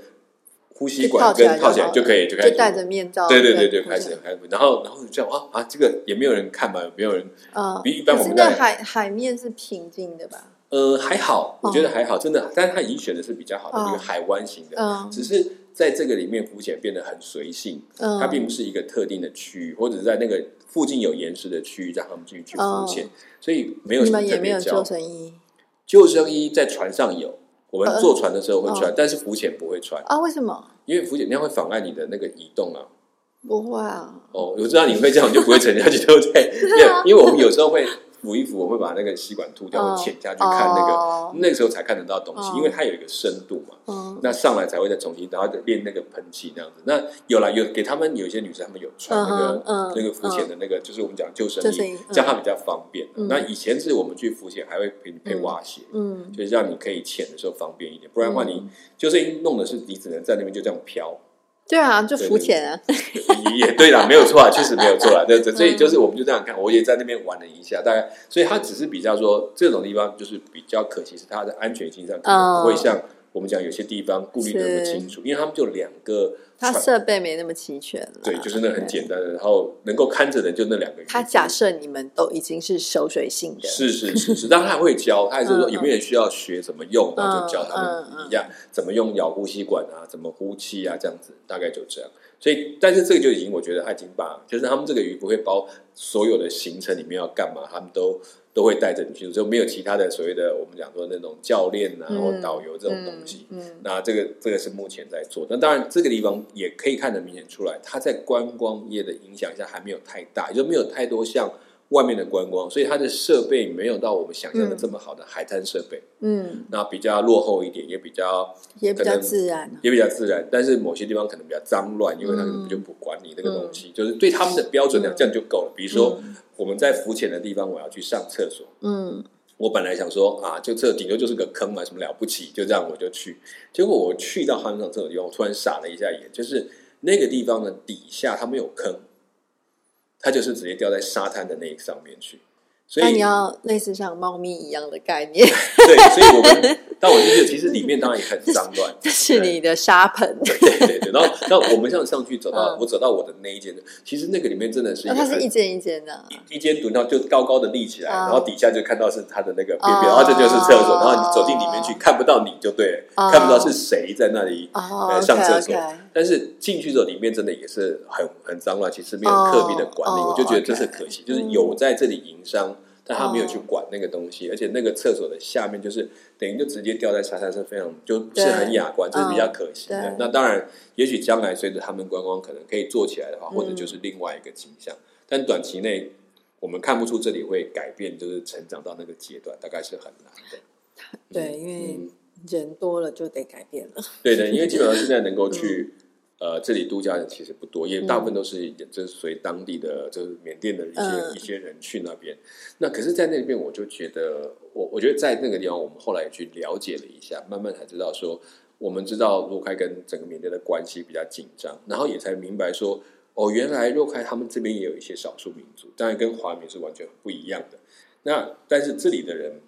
[SPEAKER 1] 呼吸
[SPEAKER 2] 就
[SPEAKER 1] 管
[SPEAKER 2] 套起
[SPEAKER 1] 跟
[SPEAKER 2] 来
[SPEAKER 1] 套起来
[SPEAKER 2] 好
[SPEAKER 1] 就可以，就
[SPEAKER 2] 就
[SPEAKER 1] 开始
[SPEAKER 2] 戴着面罩，
[SPEAKER 1] 对对对对，开始
[SPEAKER 2] 对
[SPEAKER 1] 开始，然后然后这样啊啊，这个也没有人看嘛，没有人，
[SPEAKER 2] 啊，
[SPEAKER 1] 比一般我
[SPEAKER 2] 可
[SPEAKER 1] 们
[SPEAKER 2] 是
[SPEAKER 1] 在
[SPEAKER 2] 那海海面是平静的吧？
[SPEAKER 1] 呃，还好，我
[SPEAKER 2] 哦
[SPEAKER 1] 觉得还好，真的，但是他已经选的是比较好的
[SPEAKER 2] 哦
[SPEAKER 1] 一个海湾型的，
[SPEAKER 2] 嗯
[SPEAKER 1] 只是在这个里面浮潜变得很随性，
[SPEAKER 2] 嗯，
[SPEAKER 1] 它并不是一个特定的区域，或者是在那个附近有岩石的区域让他们进去浮
[SPEAKER 2] 哦
[SPEAKER 1] 潜，所以没有
[SPEAKER 2] 你
[SPEAKER 1] 什么
[SPEAKER 2] 们也
[SPEAKER 1] 特
[SPEAKER 2] 没
[SPEAKER 1] 别
[SPEAKER 2] 有
[SPEAKER 1] 教
[SPEAKER 2] 救。生衣
[SPEAKER 1] 救生衣在船上有，我们
[SPEAKER 2] 呃
[SPEAKER 1] 坐船的时候会穿，
[SPEAKER 2] 哦
[SPEAKER 1] 但是浮潜不会穿，
[SPEAKER 2] 啊？为什么？
[SPEAKER 1] 因为浮潜那样会妨碍你的那个移动啊。
[SPEAKER 2] 不会啊，
[SPEAKER 1] 哦，我知道你会这样，我就不会沉下去，对不对？
[SPEAKER 2] 对啊
[SPEAKER 1] 因为因为我们有时候会补一补，我会把那个吸管吐掉，
[SPEAKER 2] 嗯
[SPEAKER 1] 会潜下去看那个，
[SPEAKER 2] 个，
[SPEAKER 1] 那个时候才看得到东西，
[SPEAKER 2] 嗯
[SPEAKER 1] 因为它有一个深度嘛。
[SPEAKER 2] 哦嗯
[SPEAKER 1] 那上来才会再重新，然后再练那个喷气那样子。那有啦，有给他们有些女生，她们有穿那个、
[SPEAKER 2] 嗯嗯
[SPEAKER 1] 那个浮潜的那个，就是我们讲救生
[SPEAKER 2] 救生
[SPEAKER 1] 衣
[SPEAKER 2] 衣，嗯
[SPEAKER 1] 这样它比较方便。啊
[SPEAKER 2] 嗯
[SPEAKER 1] 那以前是我们去浮潜还会陪你配蛙鞋，
[SPEAKER 2] 嗯
[SPEAKER 1] 就是让你可以潜的时候方便一点，不然的话你
[SPEAKER 2] 嗯
[SPEAKER 1] 救生衣弄的是你只能在那边就这样飘。
[SPEAKER 2] 对啊，就
[SPEAKER 1] 对
[SPEAKER 2] 浮
[SPEAKER 1] 对
[SPEAKER 2] 潜啊，
[SPEAKER 1] 也也对啦，没有错啊，确实没有错啦。对对，
[SPEAKER 2] 嗯
[SPEAKER 1] 所以就是我们就这样看，我也在那边玩了一下，大概，所以它只是比较说这种地方就是比较可惜，是它的安全性上可能
[SPEAKER 2] 哦
[SPEAKER 1] 不会像我们讲有些地方顾虑的那么清楚，因为他们就两个
[SPEAKER 2] 它
[SPEAKER 1] 船
[SPEAKER 2] 设备没那么齐全了。
[SPEAKER 1] 对，就是那很
[SPEAKER 2] 对。
[SPEAKER 1] 简单的，然后能够看着的就那两个人。
[SPEAKER 2] 他假设你们都已经是熟水性的，
[SPEAKER 1] 是是是是，但他会教，他也是说
[SPEAKER 2] 嗯
[SPEAKER 1] 有没有人需要学怎么用，然后就教他
[SPEAKER 2] 嗯嗯
[SPEAKER 1] 们
[SPEAKER 2] 嗯
[SPEAKER 1] 一样怎么用咬呼吸管啊，怎么呼气啊，这样子大概就这样。所以，但是这个就已经，我觉得他已经把，就是他们这个鱼不会包所有的行程里面要干嘛，他们都都会带着你去，就没有其他的所谓的我们讲说那种教练啊、
[SPEAKER 2] 嗯
[SPEAKER 1] 或导游这种东西。
[SPEAKER 2] 嗯，嗯
[SPEAKER 1] 那这个这个是目前在做，那当然这个地方也可以看得明显出来，它在观光业的影响下还没有太大，也就没有太多像外面的观光，所以它的设备没有到我们想象的这么好的海滩设备，
[SPEAKER 2] 嗯，
[SPEAKER 1] 那比较落后一点，也比较
[SPEAKER 2] 也比
[SPEAKER 1] 可
[SPEAKER 2] 较
[SPEAKER 1] 能
[SPEAKER 2] 自然啊。
[SPEAKER 1] 也比较自然，但是某些地方可能比较脏乱，因为他们
[SPEAKER 2] 嗯
[SPEAKER 1] 就不管你这个东西，就是对他们的标准来讲这样就够了。比如说我们在浮潜的地方，我要去上厕所，
[SPEAKER 2] 嗯，
[SPEAKER 1] 我本来想说啊，就这顶多就是个坑嘛，什么了不起，就这样我就去。结果我去到航场这种地方，我突然傻了一下眼，就是那个地方的底下它没有坑，它就是直接掉在沙滩的那一上面去。所
[SPEAKER 2] 那
[SPEAKER 1] 以
[SPEAKER 2] 你要类似像猫咪一样的概念，
[SPEAKER 1] 对，所以我们，但我就觉得其实里面当然也很脏乱，
[SPEAKER 2] 这是你的沙盆，
[SPEAKER 1] 对对对。然后，那我们像上去走到、
[SPEAKER 2] 嗯
[SPEAKER 1] 我走到我的那一间，其实那个里面真的是一
[SPEAKER 2] 然
[SPEAKER 1] 个
[SPEAKER 2] 后
[SPEAKER 1] 很
[SPEAKER 2] 哦它是一间一间的啊，
[SPEAKER 1] 一间独，然后就高高的立起来，
[SPEAKER 2] 啊
[SPEAKER 1] 然后底下就看到是它的那个边边，
[SPEAKER 2] 哦
[SPEAKER 1] 然后这就是厕所，然后你走进里面
[SPEAKER 2] 啊
[SPEAKER 1] 去看不到你就对了，
[SPEAKER 2] 哦
[SPEAKER 1] 看不到是谁在那里。
[SPEAKER 2] 哦
[SPEAKER 1] 呃，上厕所
[SPEAKER 2] OK，OK
[SPEAKER 1] 但是进去之后，里面真的也是很很脏乱，其实没有特别的管理，
[SPEAKER 2] 哦
[SPEAKER 1] 我就觉得这是可惜，就是有在这里营商，但他没有去
[SPEAKER 2] 哦
[SPEAKER 1] 管那个东西，而且那个厕所的下面就是等于就直接掉在沙滩上，非常就不
[SPEAKER 2] 对
[SPEAKER 1] 是很雅观，这是比较可惜的。
[SPEAKER 2] 嗯对
[SPEAKER 1] 那当然，也许将来随着他们观光可能可以做起来的话，
[SPEAKER 2] 嗯
[SPEAKER 1] 或者就是另外一个景象，但短期内。我们看不出这里会改变，就是成长到那个阶段，大概是很难的。
[SPEAKER 2] 对，
[SPEAKER 1] 嗯
[SPEAKER 2] 因为人多了就得改变了，
[SPEAKER 1] 对的，因为基本上现在能够去、呃这里度假的其实不多，因为大部分都是就是随当地的就是缅甸的一些、
[SPEAKER 2] 嗯
[SPEAKER 1] 一些人去那边。那可是，在那边我就觉得，我我觉得在那个地方，我们后来去了解了一下，慢慢才知道说，我们知道若开跟整个缅甸的关系比较紧张，然后也才明白说，哦，原来若开他们这边也有一些少数民族，当然跟华民是完全不一样的。那但是这里的人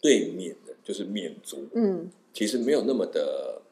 [SPEAKER 1] 对缅人就是缅族，
[SPEAKER 2] 嗯
[SPEAKER 1] 其实没有那么的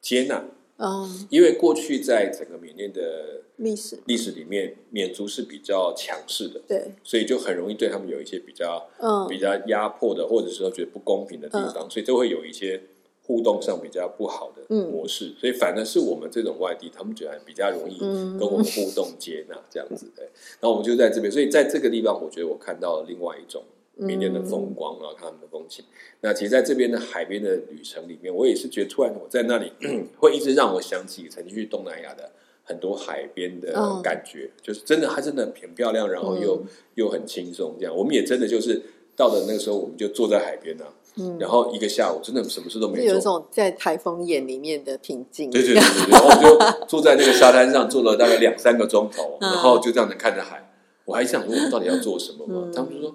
[SPEAKER 1] 接纳，
[SPEAKER 2] 嗯，
[SPEAKER 1] 因为过去在整个缅甸的
[SPEAKER 2] 历史
[SPEAKER 1] 历史里面，缅族是比较强势的，
[SPEAKER 2] 对，
[SPEAKER 1] 所以就很容易对他们有一些比较
[SPEAKER 2] 嗯
[SPEAKER 1] 比较压迫的，或者是说觉得不公平的地方，所以就会有一些互动上比较不好的
[SPEAKER 2] 嗯
[SPEAKER 1] 模式。所以反而是我们这种外地，他们觉得比较容易
[SPEAKER 2] 嗯
[SPEAKER 1] 跟我们互动接纳这样子。对，然后我们就在这边，所以在这个地方，我觉得我看到了另外一种。
[SPEAKER 2] 嗯
[SPEAKER 1] 缅甸的风光，然后看他们的风情。那其实，在这边的海边的旅程里面，我也是觉得，突然我在那里 会一直让我想起曾经去东南亚的很多海边的
[SPEAKER 2] 嗯
[SPEAKER 1] 感觉，就是真的，它真的很漂亮，然后又、又很轻松。这样，我们也真的就是到了那个时候，我们就坐在海边啊，
[SPEAKER 2] 嗯，
[SPEAKER 1] 然后一个下午真的什么事都
[SPEAKER 2] 是
[SPEAKER 1] 没
[SPEAKER 2] 有一
[SPEAKER 1] 做。
[SPEAKER 2] 种在台风眼里面的平静，
[SPEAKER 1] 对对对对对，然后我们就坐在那个沙滩上坐了大概两三个钟头，
[SPEAKER 2] 嗯
[SPEAKER 1] 然后就这样子看着海。我还想说，我们到底要做什么嘛？
[SPEAKER 2] 嗯
[SPEAKER 1] 他们就说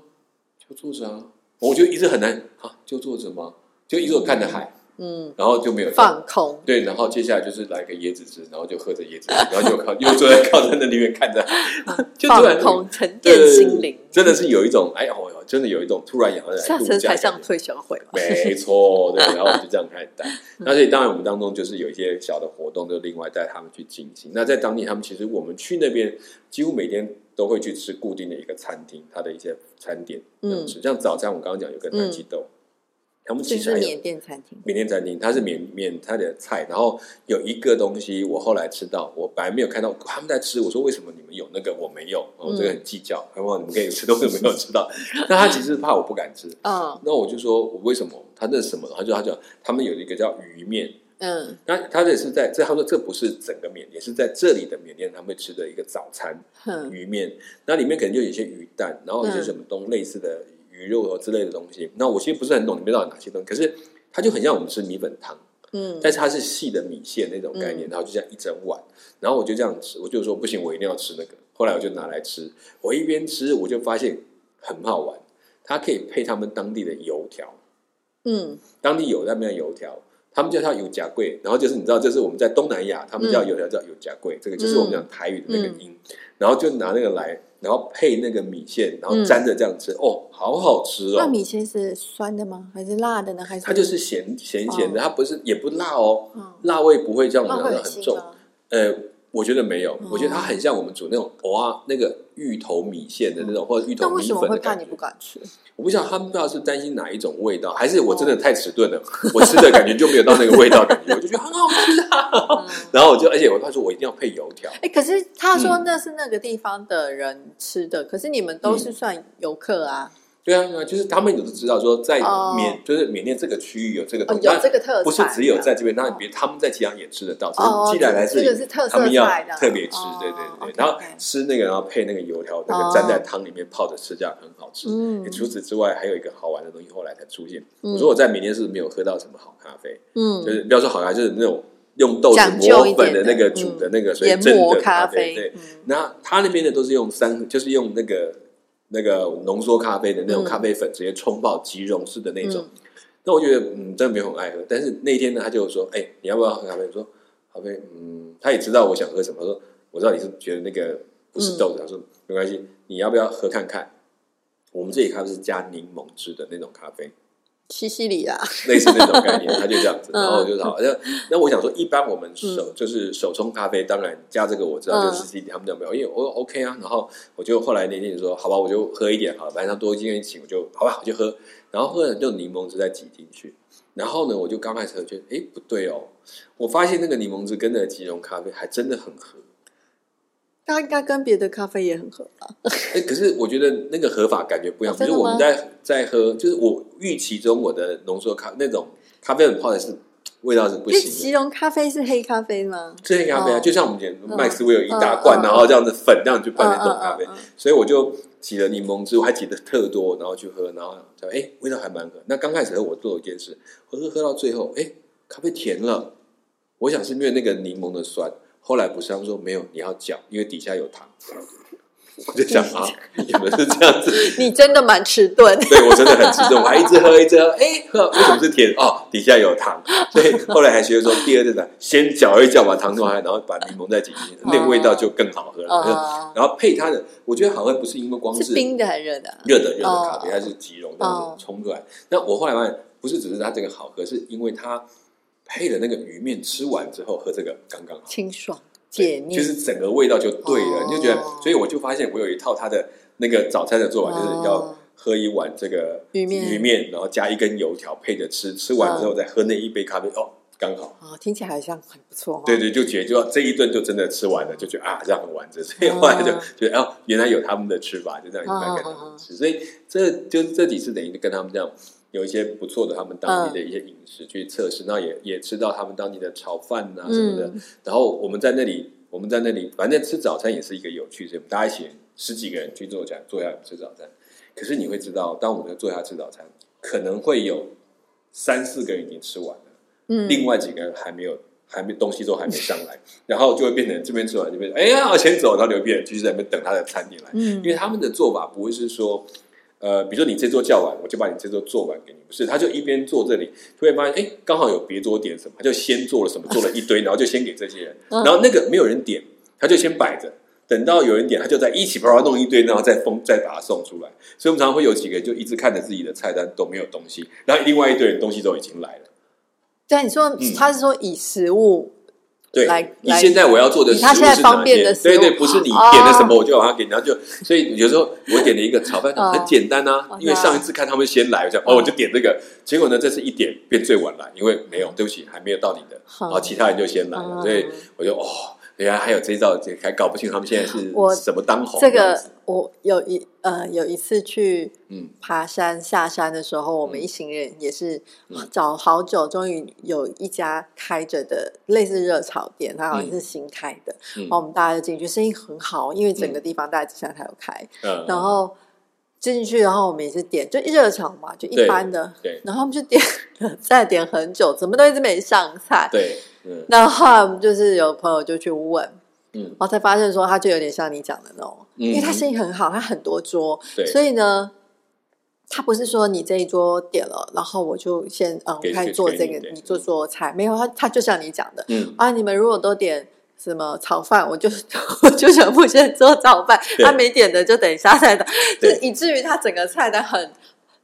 [SPEAKER 1] 就坐着啊，我就一直很难啊，就坐着吗？就一直看着海，
[SPEAKER 2] 嗯，
[SPEAKER 1] 然后就没有
[SPEAKER 2] 放空，
[SPEAKER 1] 对，然后接下来就是来个椰子汁，然后就喝着椰子汁，然后就靠又坐在靠在那里面看着海， 就突然
[SPEAKER 2] 放空，沉
[SPEAKER 1] 对
[SPEAKER 2] 淀
[SPEAKER 1] 对对
[SPEAKER 2] 心灵，
[SPEAKER 1] 真的是有一种哎呀，我真的有一种突然想要来
[SPEAKER 2] 下
[SPEAKER 1] 度
[SPEAKER 2] 次
[SPEAKER 1] 假
[SPEAKER 2] 才
[SPEAKER 1] 的感
[SPEAKER 2] 像
[SPEAKER 1] 觉。
[SPEAKER 2] 退休会吧，
[SPEAKER 1] 没错，对，然后我们就这样开始带。那所以当然我们当中就是有一些小的活动，就另外带他们去进行。那在当地，他们其实我们去那边几乎每天都会去吃固定的一个餐厅，它的一些餐点这样吃。像早餐我刚刚讲有个南极豆，他们
[SPEAKER 2] 这
[SPEAKER 1] 其实
[SPEAKER 2] 是
[SPEAKER 1] 还有
[SPEAKER 2] 缅甸餐厅，
[SPEAKER 1] 缅甸餐厅，它是缅缅它的菜，然后有一个东西我后来吃到，我本来没有看到他们在吃，我说为什么你们有那个我没有，我、
[SPEAKER 2] 嗯
[SPEAKER 1] 这个很计较，然后你们可以吃，但为什么没有吃到？那他其实怕我不敢吃，
[SPEAKER 2] 嗯
[SPEAKER 1] 那我就说我为什么？他那是什么？他就他就他们有一个叫鱼面，
[SPEAKER 2] 嗯
[SPEAKER 1] 那他这是在这他说这不是整个缅甸，是在这里的缅甸他们会吃的一个早餐。
[SPEAKER 2] 哼
[SPEAKER 1] 鱼面，那里面可能就有一些鱼蛋，然后有一些
[SPEAKER 2] 嗯
[SPEAKER 1] 什么东类似的鱼肉和之类的东西。那我其实不是很懂里面到底哪些东西，可是它就很像我们吃米粉汤，
[SPEAKER 2] 嗯
[SPEAKER 1] 但是它是细的米线那种概念，然后就这样一整碗，然后我就这样吃，我就说不行，我一定要吃那个。后来我就拿来吃，我一边吃我就发现很好玩，它可以配他们当地的油条，
[SPEAKER 2] 嗯
[SPEAKER 1] 当地有那边的油条。他们叫它油夹贵，然后就是你知道，这是我们在东南亚，他们叫油条叫油夹
[SPEAKER 2] 嗯
[SPEAKER 1] 贵，这个就是我们讲台语的那个音，然后就拿那个来，然后配那个米线，然后沾着这样吃，哦，好好吃哦！
[SPEAKER 2] 那米线是酸的吗？还是辣的呢？还是
[SPEAKER 1] 它就是咸咸咸的，它不是也不辣哦，
[SPEAKER 2] 嗯
[SPEAKER 1] 辣味不会像我
[SPEAKER 2] 那
[SPEAKER 1] 们
[SPEAKER 2] 会
[SPEAKER 1] 讲的
[SPEAKER 2] 很啊哦
[SPEAKER 1] 很
[SPEAKER 2] 腥
[SPEAKER 1] 重，
[SPEAKER 2] 吗？
[SPEAKER 1] 呃，我觉得没有，我觉得它很像我们煮那种哇那个芋头米线的那种，或者芋
[SPEAKER 2] 哦那
[SPEAKER 1] 头
[SPEAKER 2] 啊为
[SPEAKER 1] 米
[SPEAKER 2] 什么
[SPEAKER 1] 粉
[SPEAKER 2] 会
[SPEAKER 1] 的
[SPEAKER 2] 怕
[SPEAKER 1] 感
[SPEAKER 2] 你
[SPEAKER 1] 觉
[SPEAKER 2] 不。敢吃？
[SPEAKER 1] 我不知道他们不知道是担心哪一种味道，还是我真
[SPEAKER 2] 哦
[SPEAKER 1] 的太迟钝了，我吃的感觉就没有到那个味道感觉，我就觉得很好吃 啊。然后我就，而且我他说我一定要配油条，
[SPEAKER 2] 哎，可是他说那是那个地方的人吃的，可是你们都是
[SPEAKER 1] 嗯
[SPEAKER 2] 算游客啊，
[SPEAKER 1] 对啊，对啊，就是他们有的知道说在
[SPEAKER 2] 哦
[SPEAKER 1] 缅，就是缅甸这个区域有这个
[SPEAKER 2] 哦
[SPEAKER 1] 东，西，
[SPEAKER 2] 有这个特色，
[SPEAKER 1] 嗯不是只有在这边，当然别他们在其他也吃得到，只
[SPEAKER 2] 哦，
[SPEAKER 1] 是既然来
[SPEAKER 2] 这个是特
[SPEAKER 1] 他
[SPEAKER 2] 色
[SPEAKER 1] 们要
[SPEAKER 2] 菜的，
[SPEAKER 1] 特别吃
[SPEAKER 2] 哦，
[SPEAKER 1] 对对对对，
[SPEAKER 2] OK，OK
[SPEAKER 1] 然后吃那个，然后配那个油条，那
[SPEAKER 2] 哦
[SPEAKER 1] 个沾在汤里面泡着吃，这样很好吃。
[SPEAKER 2] 嗯
[SPEAKER 1] 除此之外，还有一个好玩的东西，后来才出现。
[SPEAKER 2] 嗯
[SPEAKER 1] 我说我在缅甸是没有喝到什么好咖啡，就
[SPEAKER 2] 嗯
[SPEAKER 1] 是不要说好咖啡，就是那种用豆子
[SPEAKER 2] 讲究
[SPEAKER 1] 磨
[SPEAKER 2] 一
[SPEAKER 1] 粉
[SPEAKER 2] 点的嗯
[SPEAKER 1] 那个煮的那个，所以
[SPEAKER 2] 研
[SPEAKER 1] 真
[SPEAKER 2] 磨
[SPEAKER 1] 的咖
[SPEAKER 2] 啡，
[SPEAKER 1] 对，
[SPEAKER 2] 嗯
[SPEAKER 1] 那他那边的都是用三，就是用那个那个浓缩咖啡的那种
[SPEAKER 2] 嗯
[SPEAKER 1] 咖啡粉，直接冲泡即溶式的那种
[SPEAKER 2] 嗯。
[SPEAKER 1] 那我觉得嗯，真的没有很爱喝。但是那一天呢，他就说：“哎、你要不要喝咖啡？”我说：“咖啡，嗯。”他也知道我想喝什么，他说：“我知道你是觉得那个不是
[SPEAKER 2] 嗯
[SPEAKER 1] 豆子。他说：“没关系，你要不要喝看看？”我们这里咖啡是加柠檬汁的那种咖啡，
[SPEAKER 2] 西西里啊，
[SPEAKER 1] 类似那种概念，他就这样子，
[SPEAKER 2] 嗯
[SPEAKER 1] 然后我就说好，那那我想说，一般我们手、就是手冲咖啡，当然加这个我知道，
[SPEAKER 2] 嗯
[SPEAKER 1] 就是自己他们讲没有，因为我 OK 啊，然后我就后来那天就说，好吧，我就喝一点好了，反正他多今天请我就好吧，我就喝，然后喝了就柠檬汁再挤进去，然后呢，我就刚开始喝觉得，哎不对哦，我发现那个柠檬汁跟那个即溶咖啡还真的很合，
[SPEAKER 2] 它应该跟别的咖啡也很合吧？
[SPEAKER 1] 哎，可是我觉得那个合法感觉不一样，
[SPEAKER 2] 哦
[SPEAKER 1] 就
[SPEAKER 2] 真
[SPEAKER 1] 是
[SPEAKER 2] 的吗
[SPEAKER 1] 我们在在喝，就是我预期中我的浓缩咖那种咖啡粉泡的是味道是不
[SPEAKER 2] 因为
[SPEAKER 1] 行的。
[SPEAKER 2] 吉隆咖啡是黑咖啡吗？
[SPEAKER 1] 这些咖啡啊，
[SPEAKER 2] 哦
[SPEAKER 1] 就像我们以前
[SPEAKER 2] 嗯
[SPEAKER 1] 麦斯威尔一大罐，
[SPEAKER 2] 嗯嗯
[SPEAKER 1] 然后这样子粉这样去拌那种
[SPEAKER 2] 嗯嗯
[SPEAKER 1] 咖啡
[SPEAKER 2] 嗯嗯，
[SPEAKER 1] 所以我就挤了柠檬汁，我还挤的特多，然后去喝，然后就哎味道还蛮合。那刚开始喝我做了一件事，我喝喝到最后，哎咖啡甜了，我想是因为那个柠檬的酸。后来不是他们说没有，你要搅，因为底下有糖。我就想 啊，你们是这样子，
[SPEAKER 2] 你真的蛮迟 钝，
[SPEAKER 1] 对我真的很激动，我还一直喝一直喝，哎，喝为什么是甜？哦，底下有糖，所以后来还学说第二阵呢，先搅一搅把糖弄开，然后把柠檬再挤进去，那个味道就更好喝了。嗯
[SPEAKER 2] 哦，
[SPEAKER 1] 然后配它的，我觉得好喝呃不是因为光
[SPEAKER 2] 是冰的还是热的啊？
[SPEAKER 1] 热的热的咖啡，
[SPEAKER 2] 哦
[SPEAKER 1] 它是即溶这样子冲出来。那我后来发现，不是只是它这个好喝，是因为它配了那个鱼面，吃完之后喝这个刚刚好。
[SPEAKER 2] 清爽解腻，
[SPEAKER 1] 就是整个味道就对了，
[SPEAKER 2] 哦
[SPEAKER 1] 你就觉得，所以我就发现我有一套它的那个早餐的做法，就是要
[SPEAKER 2] 哦
[SPEAKER 1] 喝一碗这个
[SPEAKER 2] 鱼面
[SPEAKER 1] 鱼面，然后加一根油条配着吃，吃完之后再喝那一杯咖啡，哦，刚好。
[SPEAKER 2] 哦，听起来好像很不错哦。
[SPEAKER 1] 对对，就觉得就这一顿就真的吃完了，就觉得啊，这样很完整。所以后来就
[SPEAKER 2] 嗯
[SPEAKER 1] 觉得哦，原来有他们的吃法，就这样一般跟他们吃。所以这就这几次等于跟他们这样有一些不错的他们当
[SPEAKER 2] 嗯
[SPEAKER 1] 地的一些饮食去测试，那也也吃到他们当地的炒饭啊什么的
[SPEAKER 2] 嗯。
[SPEAKER 1] 然后我们在那里，我们在那里，反正吃早餐也是一个有趣，所以我们大家一起十几个人去坐下坐下来吃早餐。可是你会知道，当我们坐下吃早餐，可能会有三四个人已经吃完了。
[SPEAKER 2] 嗯，
[SPEAKER 1] 另外几个人还没有，还没东西都还没上来， 然后就会变成这边吃完这边，哎呀，往前走，然后有别人继续在那边等他的餐点来，
[SPEAKER 2] 嗯
[SPEAKER 1] 因为他们的做法不会是说，呃，比如说你这桌叫完，我就把你这桌做完给你，不是，他就一边坐这里，就会发现，哎，刚好有别桌点什么，他就先做了什么，做了一堆，然 后就先给这些人，
[SPEAKER 2] 嗯
[SPEAKER 1] 然后那个没有人点，他就先摆着。等到有人点，他就在一起啪啪弄一堆，然后再封，再把它送出来。所以我们常常会有几个人就一直看着自己的菜单都没有东西，然后另外一堆人东西都已经来了。
[SPEAKER 2] 对你说，
[SPEAKER 1] 嗯
[SPEAKER 2] 他是说以食物
[SPEAKER 1] 对
[SPEAKER 2] 来，
[SPEAKER 1] 你
[SPEAKER 2] 来
[SPEAKER 1] 现在我要做的
[SPEAKER 2] 以
[SPEAKER 1] 食
[SPEAKER 2] 他
[SPEAKER 1] 物是
[SPEAKER 2] 现
[SPEAKER 1] 哪
[SPEAKER 2] 在方便
[SPEAKER 1] 些
[SPEAKER 2] 的食
[SPEAKER 1] 对对，
[SPEAKER 2] 物
[SPEAKER 1] 不是你
[SPEAKER 2] 哦
[SPEAKER 1] 点了什么我就把它给你，然后就所以有时候我点了一个炒饭，
[SPEAKER 2] 哦
[SPEAKER 1] 很简单啊
[SPEAKER 2] 哦，
[SPEAKER 1] 因为上一次看他们先来，我想哦
[SPEAKER 2] 哦
[SPEAKER 1] 我就点这个，结果呢这次一点变最晚来，因为没有，对不起还没有到你的，
[SPEAKER 2] 好
[SPEAKER 1] 然后其他人就先来了，
[SPEAKER 2] 嗯
[SPEAKER 1] 所以我就哦。原来还有这一招，还搞不清楚他们现在是
[SPEAKER 2] 我
[SPEAKER 1] 什么当红
[SPEAKER 2] 这
[SPEAKER 1] 样
[SPEAKER 2] 个
[SPEAKER 1] 子，
[SPEAKER 2] 我有一呃有一次去
[SPEAKER 1] 嗯
[SPEAKER 2] 爬山下山的时候，我们一行人也是
[SPEAKER 1] 嗯
[SPEAKER 2] 找好久，终于有一家开着的类似热炒店，它好像是新开的，
[SPEAKER 1] 嗯
[SPEAKER 2] 然后我们大家就进去，生意很好，因为整个地方大家现在才有开，
[SPEAKER 1] 嗯，
[SPEAKER 2] 然后。进去，然后我们也是点，就热炒嘛，就一般的。
[SPEAKER 1] 对对
[SPEAKER 2] 然后我们就点了，再点很久，怎么都一直没上菜。
[SPEAKER 1] 对，嗯
[SPEAKER 2] 然后后来我们就是有朋友就去问，
[SPEAKER 1] 嗯
[SPEAKER 2] 然后才发现说，他就有点像你讲的那种，
[SPEAKER 1] 嗯
[SPEAKER 2] 因为他生意很好，他很多桌，
[SPEAKER 1] 对，
[SPEAKER 2] 所以呢，他不是说你这一桌点了，然后我就先嗯，
[SPEAKER 1] 给
[SPEAKER 2] 我开始
[SPEAKER 1] 给
[SPEAKER 2] 做
[SPEAKER 1] 给
[SPEAKER 2] 这
[SPEAKER 1] 你
[SPEAKER 2] 个，
[SPEAKER 1] 对
[SPEAKER 2] 你做做菜，没有他，他就像你讲的
[SPEAKER 1] 嗯
[SPEAKER 2] 啊，你们如果都点。什么炒饭，我就 我就全部先做炒饭，
[SPEAKER 1] 对
[SPEAKER 2] 他没点的就等一下再打，就
[SPEAKER 1] 对
[SPEAKER 2] 以至于他整个菜单很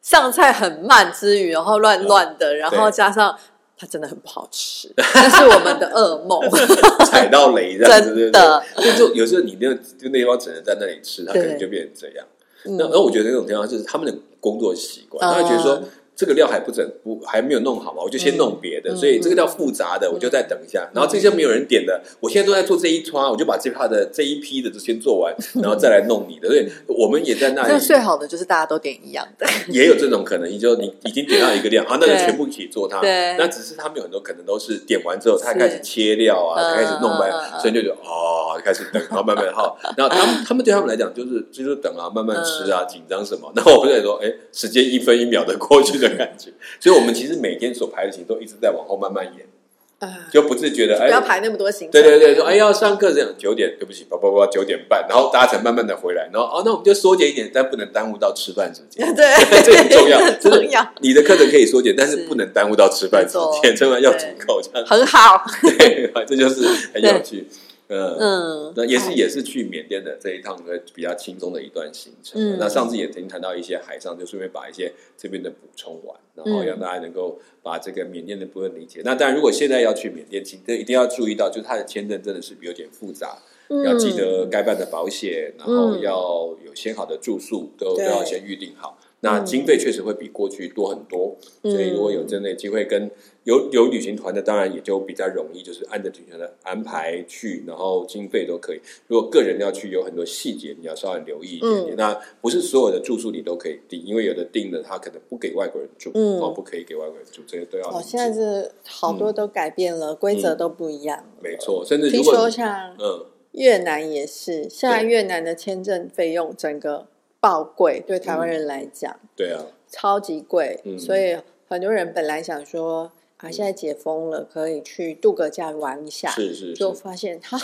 [SPEAKER 2] 上菜很慢之余，然后乱乱的，然后
[SPEAKER 1] 嗯对
[SPEAKER 2] 加上它真的很不好吃，那是我们的噩 梦。
[SPEAKER 1] 踩到雷这样子，对不对
[SPEAKER 2] 真的？
[SPEAKER 1] 所以就有时候你那个就那地方只能在那里吃，它可能
[SPEAKER 2] 对
[SPEAKER 1] 就变成这样。
[SPEAKER 2] 嗯
[SPEAKER 1] 那那我觉得那种地方就是他们的工作习惯，
[SPEAKER 2] 嗯
[SPEAKER 1] 他会觉得说这个料还不整不还没有弄好嘛，我就先弄别的，
[SPEAKER 2] 嗯
[SPEAKER 1] 所以这个料复杂的我就再等一下，然后这些没有人点的，我现在都在做这一圈，我就把这趴的这一批的就先做 完，然后再来弄你的。所以我们也在那
[SPEAKER 2] 那
[SPEAKER 1] 里
[SPEAKER 2] 最好的 就是大家都点一样的，
[SPEAKER 1] 也有这种可能，你就你已经点到一个 量，啊好，那就
[SPEAKER 2] 对
[SPEAKER 1] 全部一起做它。
[SPEAKER 2] 对
[SPEAKER 1] 那只是他们有很多可能都是点完之后，他
[SPEAKER 2] 是
[SPEAKER 1] 开始切料啊，
[SPEAKER 2] 嗯
[SPEAKER 1] 才开始弄完
[SPEAKER 2] 嗯嗯，嗯
[SPEAKER 1] 所以就觉得哦，开始等，然后慢慢 好。然后他们他们对他们来讲就是就是等啊，慢慢吃啊，紧张什么。那我们在说，哎，时间一分一秒的过去的感觉。所以我们其实每天所排的行都一直在往后慢慢延，
[SPEAKER 2] 啊
[SPEAKER 1] 就不自觉的
[SPEAKER 2] 不要
[SPEAKER 1] 哎。
[SPEAKER 2] 排那么多行程。
[SPEAKER 1] 对对对， 说哎要上课这样九点，对不起，叭叭叭九点半，然后大家才慢慢的回来，然后哦那我们就缩减一点，但不能耽误到吃饭时间。
[SPEAKER 2] 对，
[SPEAKER 1] 这很哎重要，
[SPEAKER 2] 很
[SPEAKER 1] 就是
[SPEAKER 2] 重要，
[SPEAKER 1] 你的课程可以缩减，但是
[SPEAKER 2] 是
[SPEAKER 1] 不能耽误到吃饭时间，
[SPEAKER 2] 没错
[SPEAKER 1] 吃饭要足够，这样
[SPEAKER 2] 很好。
[SPEAKER 1] 对，这就是很有趣。嗯，
[SPEAKER 2] 嗯，
[SPEAKER 1] 那也是也是去缅甸的这一趟呢，比较轻松的一段行程。
[SPEAKER 2] 嗯
[SPEAKER 1] 那上次也曾经谈到一些海上，就顺便把一些这边的补充完，然后
[SPEAKER 2] 嗯
[SPEAKER 1] 让大家能够把这个缅甸的部分理解。那当然，如果现在要去缅甸，请一定要注意到，就是它的签证真的是有点复杂，
[SPEAKER 2] 嗯
[SPEAKER 1] 要记得该办的保险，然后
[SPEAKER 2] 嗯
[SPEAKER 1] 要有先好的住宿，都都
[SPEAKER 2] 对
[SPEAKER 1] 要先预定好。那经费确实会比过去多很多，
[SPEAKER 2] 嗯
[SPEAKER 1] 所以如果有真的机会跟有有旅行团的，当然也就比较容易，就是按着旅行团的安排去，然后经费都可以。如果个人要去，有很多细节你要稍微留意一点点。
[SPEAKER 2] 嗯
[SPEAKER 1] 那不是所有的住宿你都可以订，因为有的订的他可能不给外国人住，
[SPEAKER 2] 嗯
[SPEAKER 1] 哦，不可以给外国人住，这些都要理解。
[SPEAKER 2] 哦，现在是好多都改变了，规则都不一样了。
[SPEAKER 1] 没错，甚嗯至如
[SPEAKER 2] 听
[SPEAKER 1] 果
[SPEAKER 2] 说
[SPEAKER 1] 你
[SPEAKER 2] 像
[SPEAKER 1] 嗯，
[SPEAKER 2] 越南也是，现在
[SPEAKER 1] 对
[SPEAKER 2] 越南的签证费用整个爆贵，对台湾人来讲、
[SPEAKER 1] 对啊，
[SPEAKER 2] 超级贵，
[SPEAKER 1] 嗯
[SPEAKER 2] 所以很多人本来想说啊，现在解封了，可以去度个假玩一下，
[SPEAKER 1] 是是是，
[SPEAKER 2] 就发现他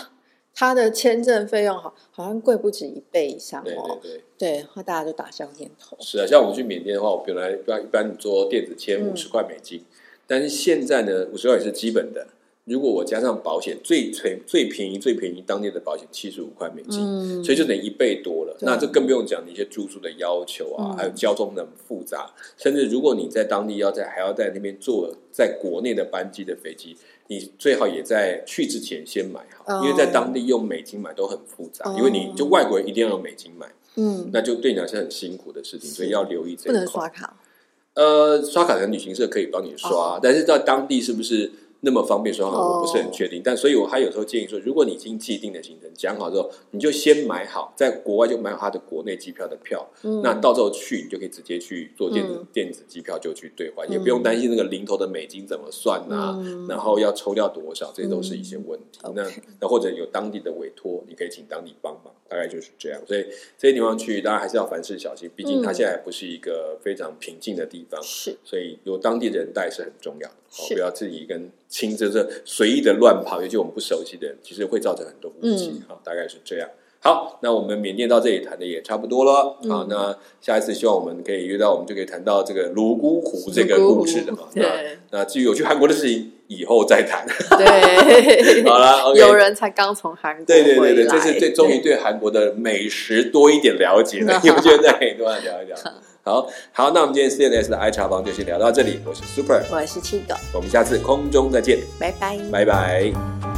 [SPEAKER 2] 他的签证费用好好像贵不止一倍以上
[SPEAKER 1] 对对
[SPEAKER 2] 哦，
[SPEAKER 1] 对。
[SPEAKER 2] 对，然后大家就打消念头。
[SPEAKER 1] 是啊，像我们去缅甸的话，我本来一般一般你做电子签
[SPEAKER 2] 嗯
[SPEAKER 1] 五十块美金，但是现在呢，五十块也是基本的，如果我加上保险，最最最便宜最便宜当地的保险七十五块美金，
[SPEAKER 2] 嗯
[SPEAKER 1] 所以就等于一倍多了。
[SPEAKER 2] 对
[SPEAKER 1] 那这更不用讲你一些住宿的要求啊，
[SPEAKER 2] 嗯
[SPEAKER 1] 还有交通的复杂，甚至如果你在当地要在还要在那边坐在国内的班机的飞机，你最好也在去之前先买好，
[SPEAKER 2] 哦
[SPEAKER 1] 因为在当地用美金买都很复杂，
[SPEAKER 2] 哦
[SPEAKER 1] 因为你就外国人一定要用美金买，
[SPEAKER 2] 嗯，
[SPEAKER 1] 那就对你来说是很辛苦的事情，
[SPEAKER 2] 是
[SPEAKER 1] 所以要留意这
[SPEAKER 2] 不
[SPEAKER 1] 一
[SPEAKER 2] 能
[SPEAKER 1] 块
[SPEAKER 2] 刷。卡，
[SPEAKER 1] 呃，刷卡的旅行社可以帮你刷，
[SPEAKER 2] 哦
[SPEAKER 1] 但是在当地是不是那么方便刷卡，
[SPEAKER 2] 哦
[SPEAKER 1] 我不是很确定。但所以，我还有时候建议说，如果你已经既定的行程讲好之后，你就先买好，在国外就买好他的国内机票的票，
[SPEAKER 2] 嗯
[SPEAKER 1] 那到时候去你就可以直接去做电子、
[SPEAKER 2] 嗯
[SPEAKER 1] 电子机票就去兑换，
[SPEAKER 2] 嗯
[SPEAKER 1] 也不用担心那个零头的美金怎么算啊，
[SPEAKER 2] 嗯
[SPEAKER 1] 然后要抽掉多少，这些都是一些问题。
[SPEAKER 2] 嗯
[SPEAKER 1] 那
[SPEAKER 2] OK
[SPEAKER 1] 那或者有当地的委托，你可以请当地帮忙，大概就是这样。所以这些地方去，当然还是要凡事小心，毕竟它
[SPEAKER 2] 嗯
[SPEAKER 1] 现在不是一个非常平静的地方。
[SPEAKER 2] 是
[SPEAKER 1] 所以有当地人带是很重要的，哦、
[SPEAKER 2] 是
[SPEAKER 1] 不要自己跟亲着这随意的乱跑，尤其我们不熟悉的人，其实会造成很多误解
[SPEAKER 2] 嗯
[SPEAKER 1] 啊、大概是这样。好，那我们缅甸到这里谈的也差不多了、
[SPEAKER 2] 嗯
[SPEAKER 1] 好，那下一次希望我们可以约到，我们就可以谈到这个泸沽湖这个
[SPEAKER 2] 泸沽湖
[SPEAKER 1] 故事的 嘛。那
[SPEAKER 2] 对
[SPEAKER 1] 那至于我去韩国的事情，以后再 谈。
[SPEAKER 2] 对，
[SPEAKER 1] 好了，OK。
[SPEAKER 2] 有人才刚从韩国
[SPEAKER 1] 对对对对，
[SPEAKER 2] 回来，
[SPEAKER 1] 这是对，终于对韩国的美食多一点了解了 有机会再可以多聊一聊。好好，那我们今天 CNS 的 I 茶房就先聊到这里，我是 Super，
[SPEAKER 2] 我是七狗，
[SPEAKER 1] 我们下次空中再见，
[SPEAKER 2] 拜拜。
[SPEAKER 1] 拜拜。
[SPEAKER 2] 拜。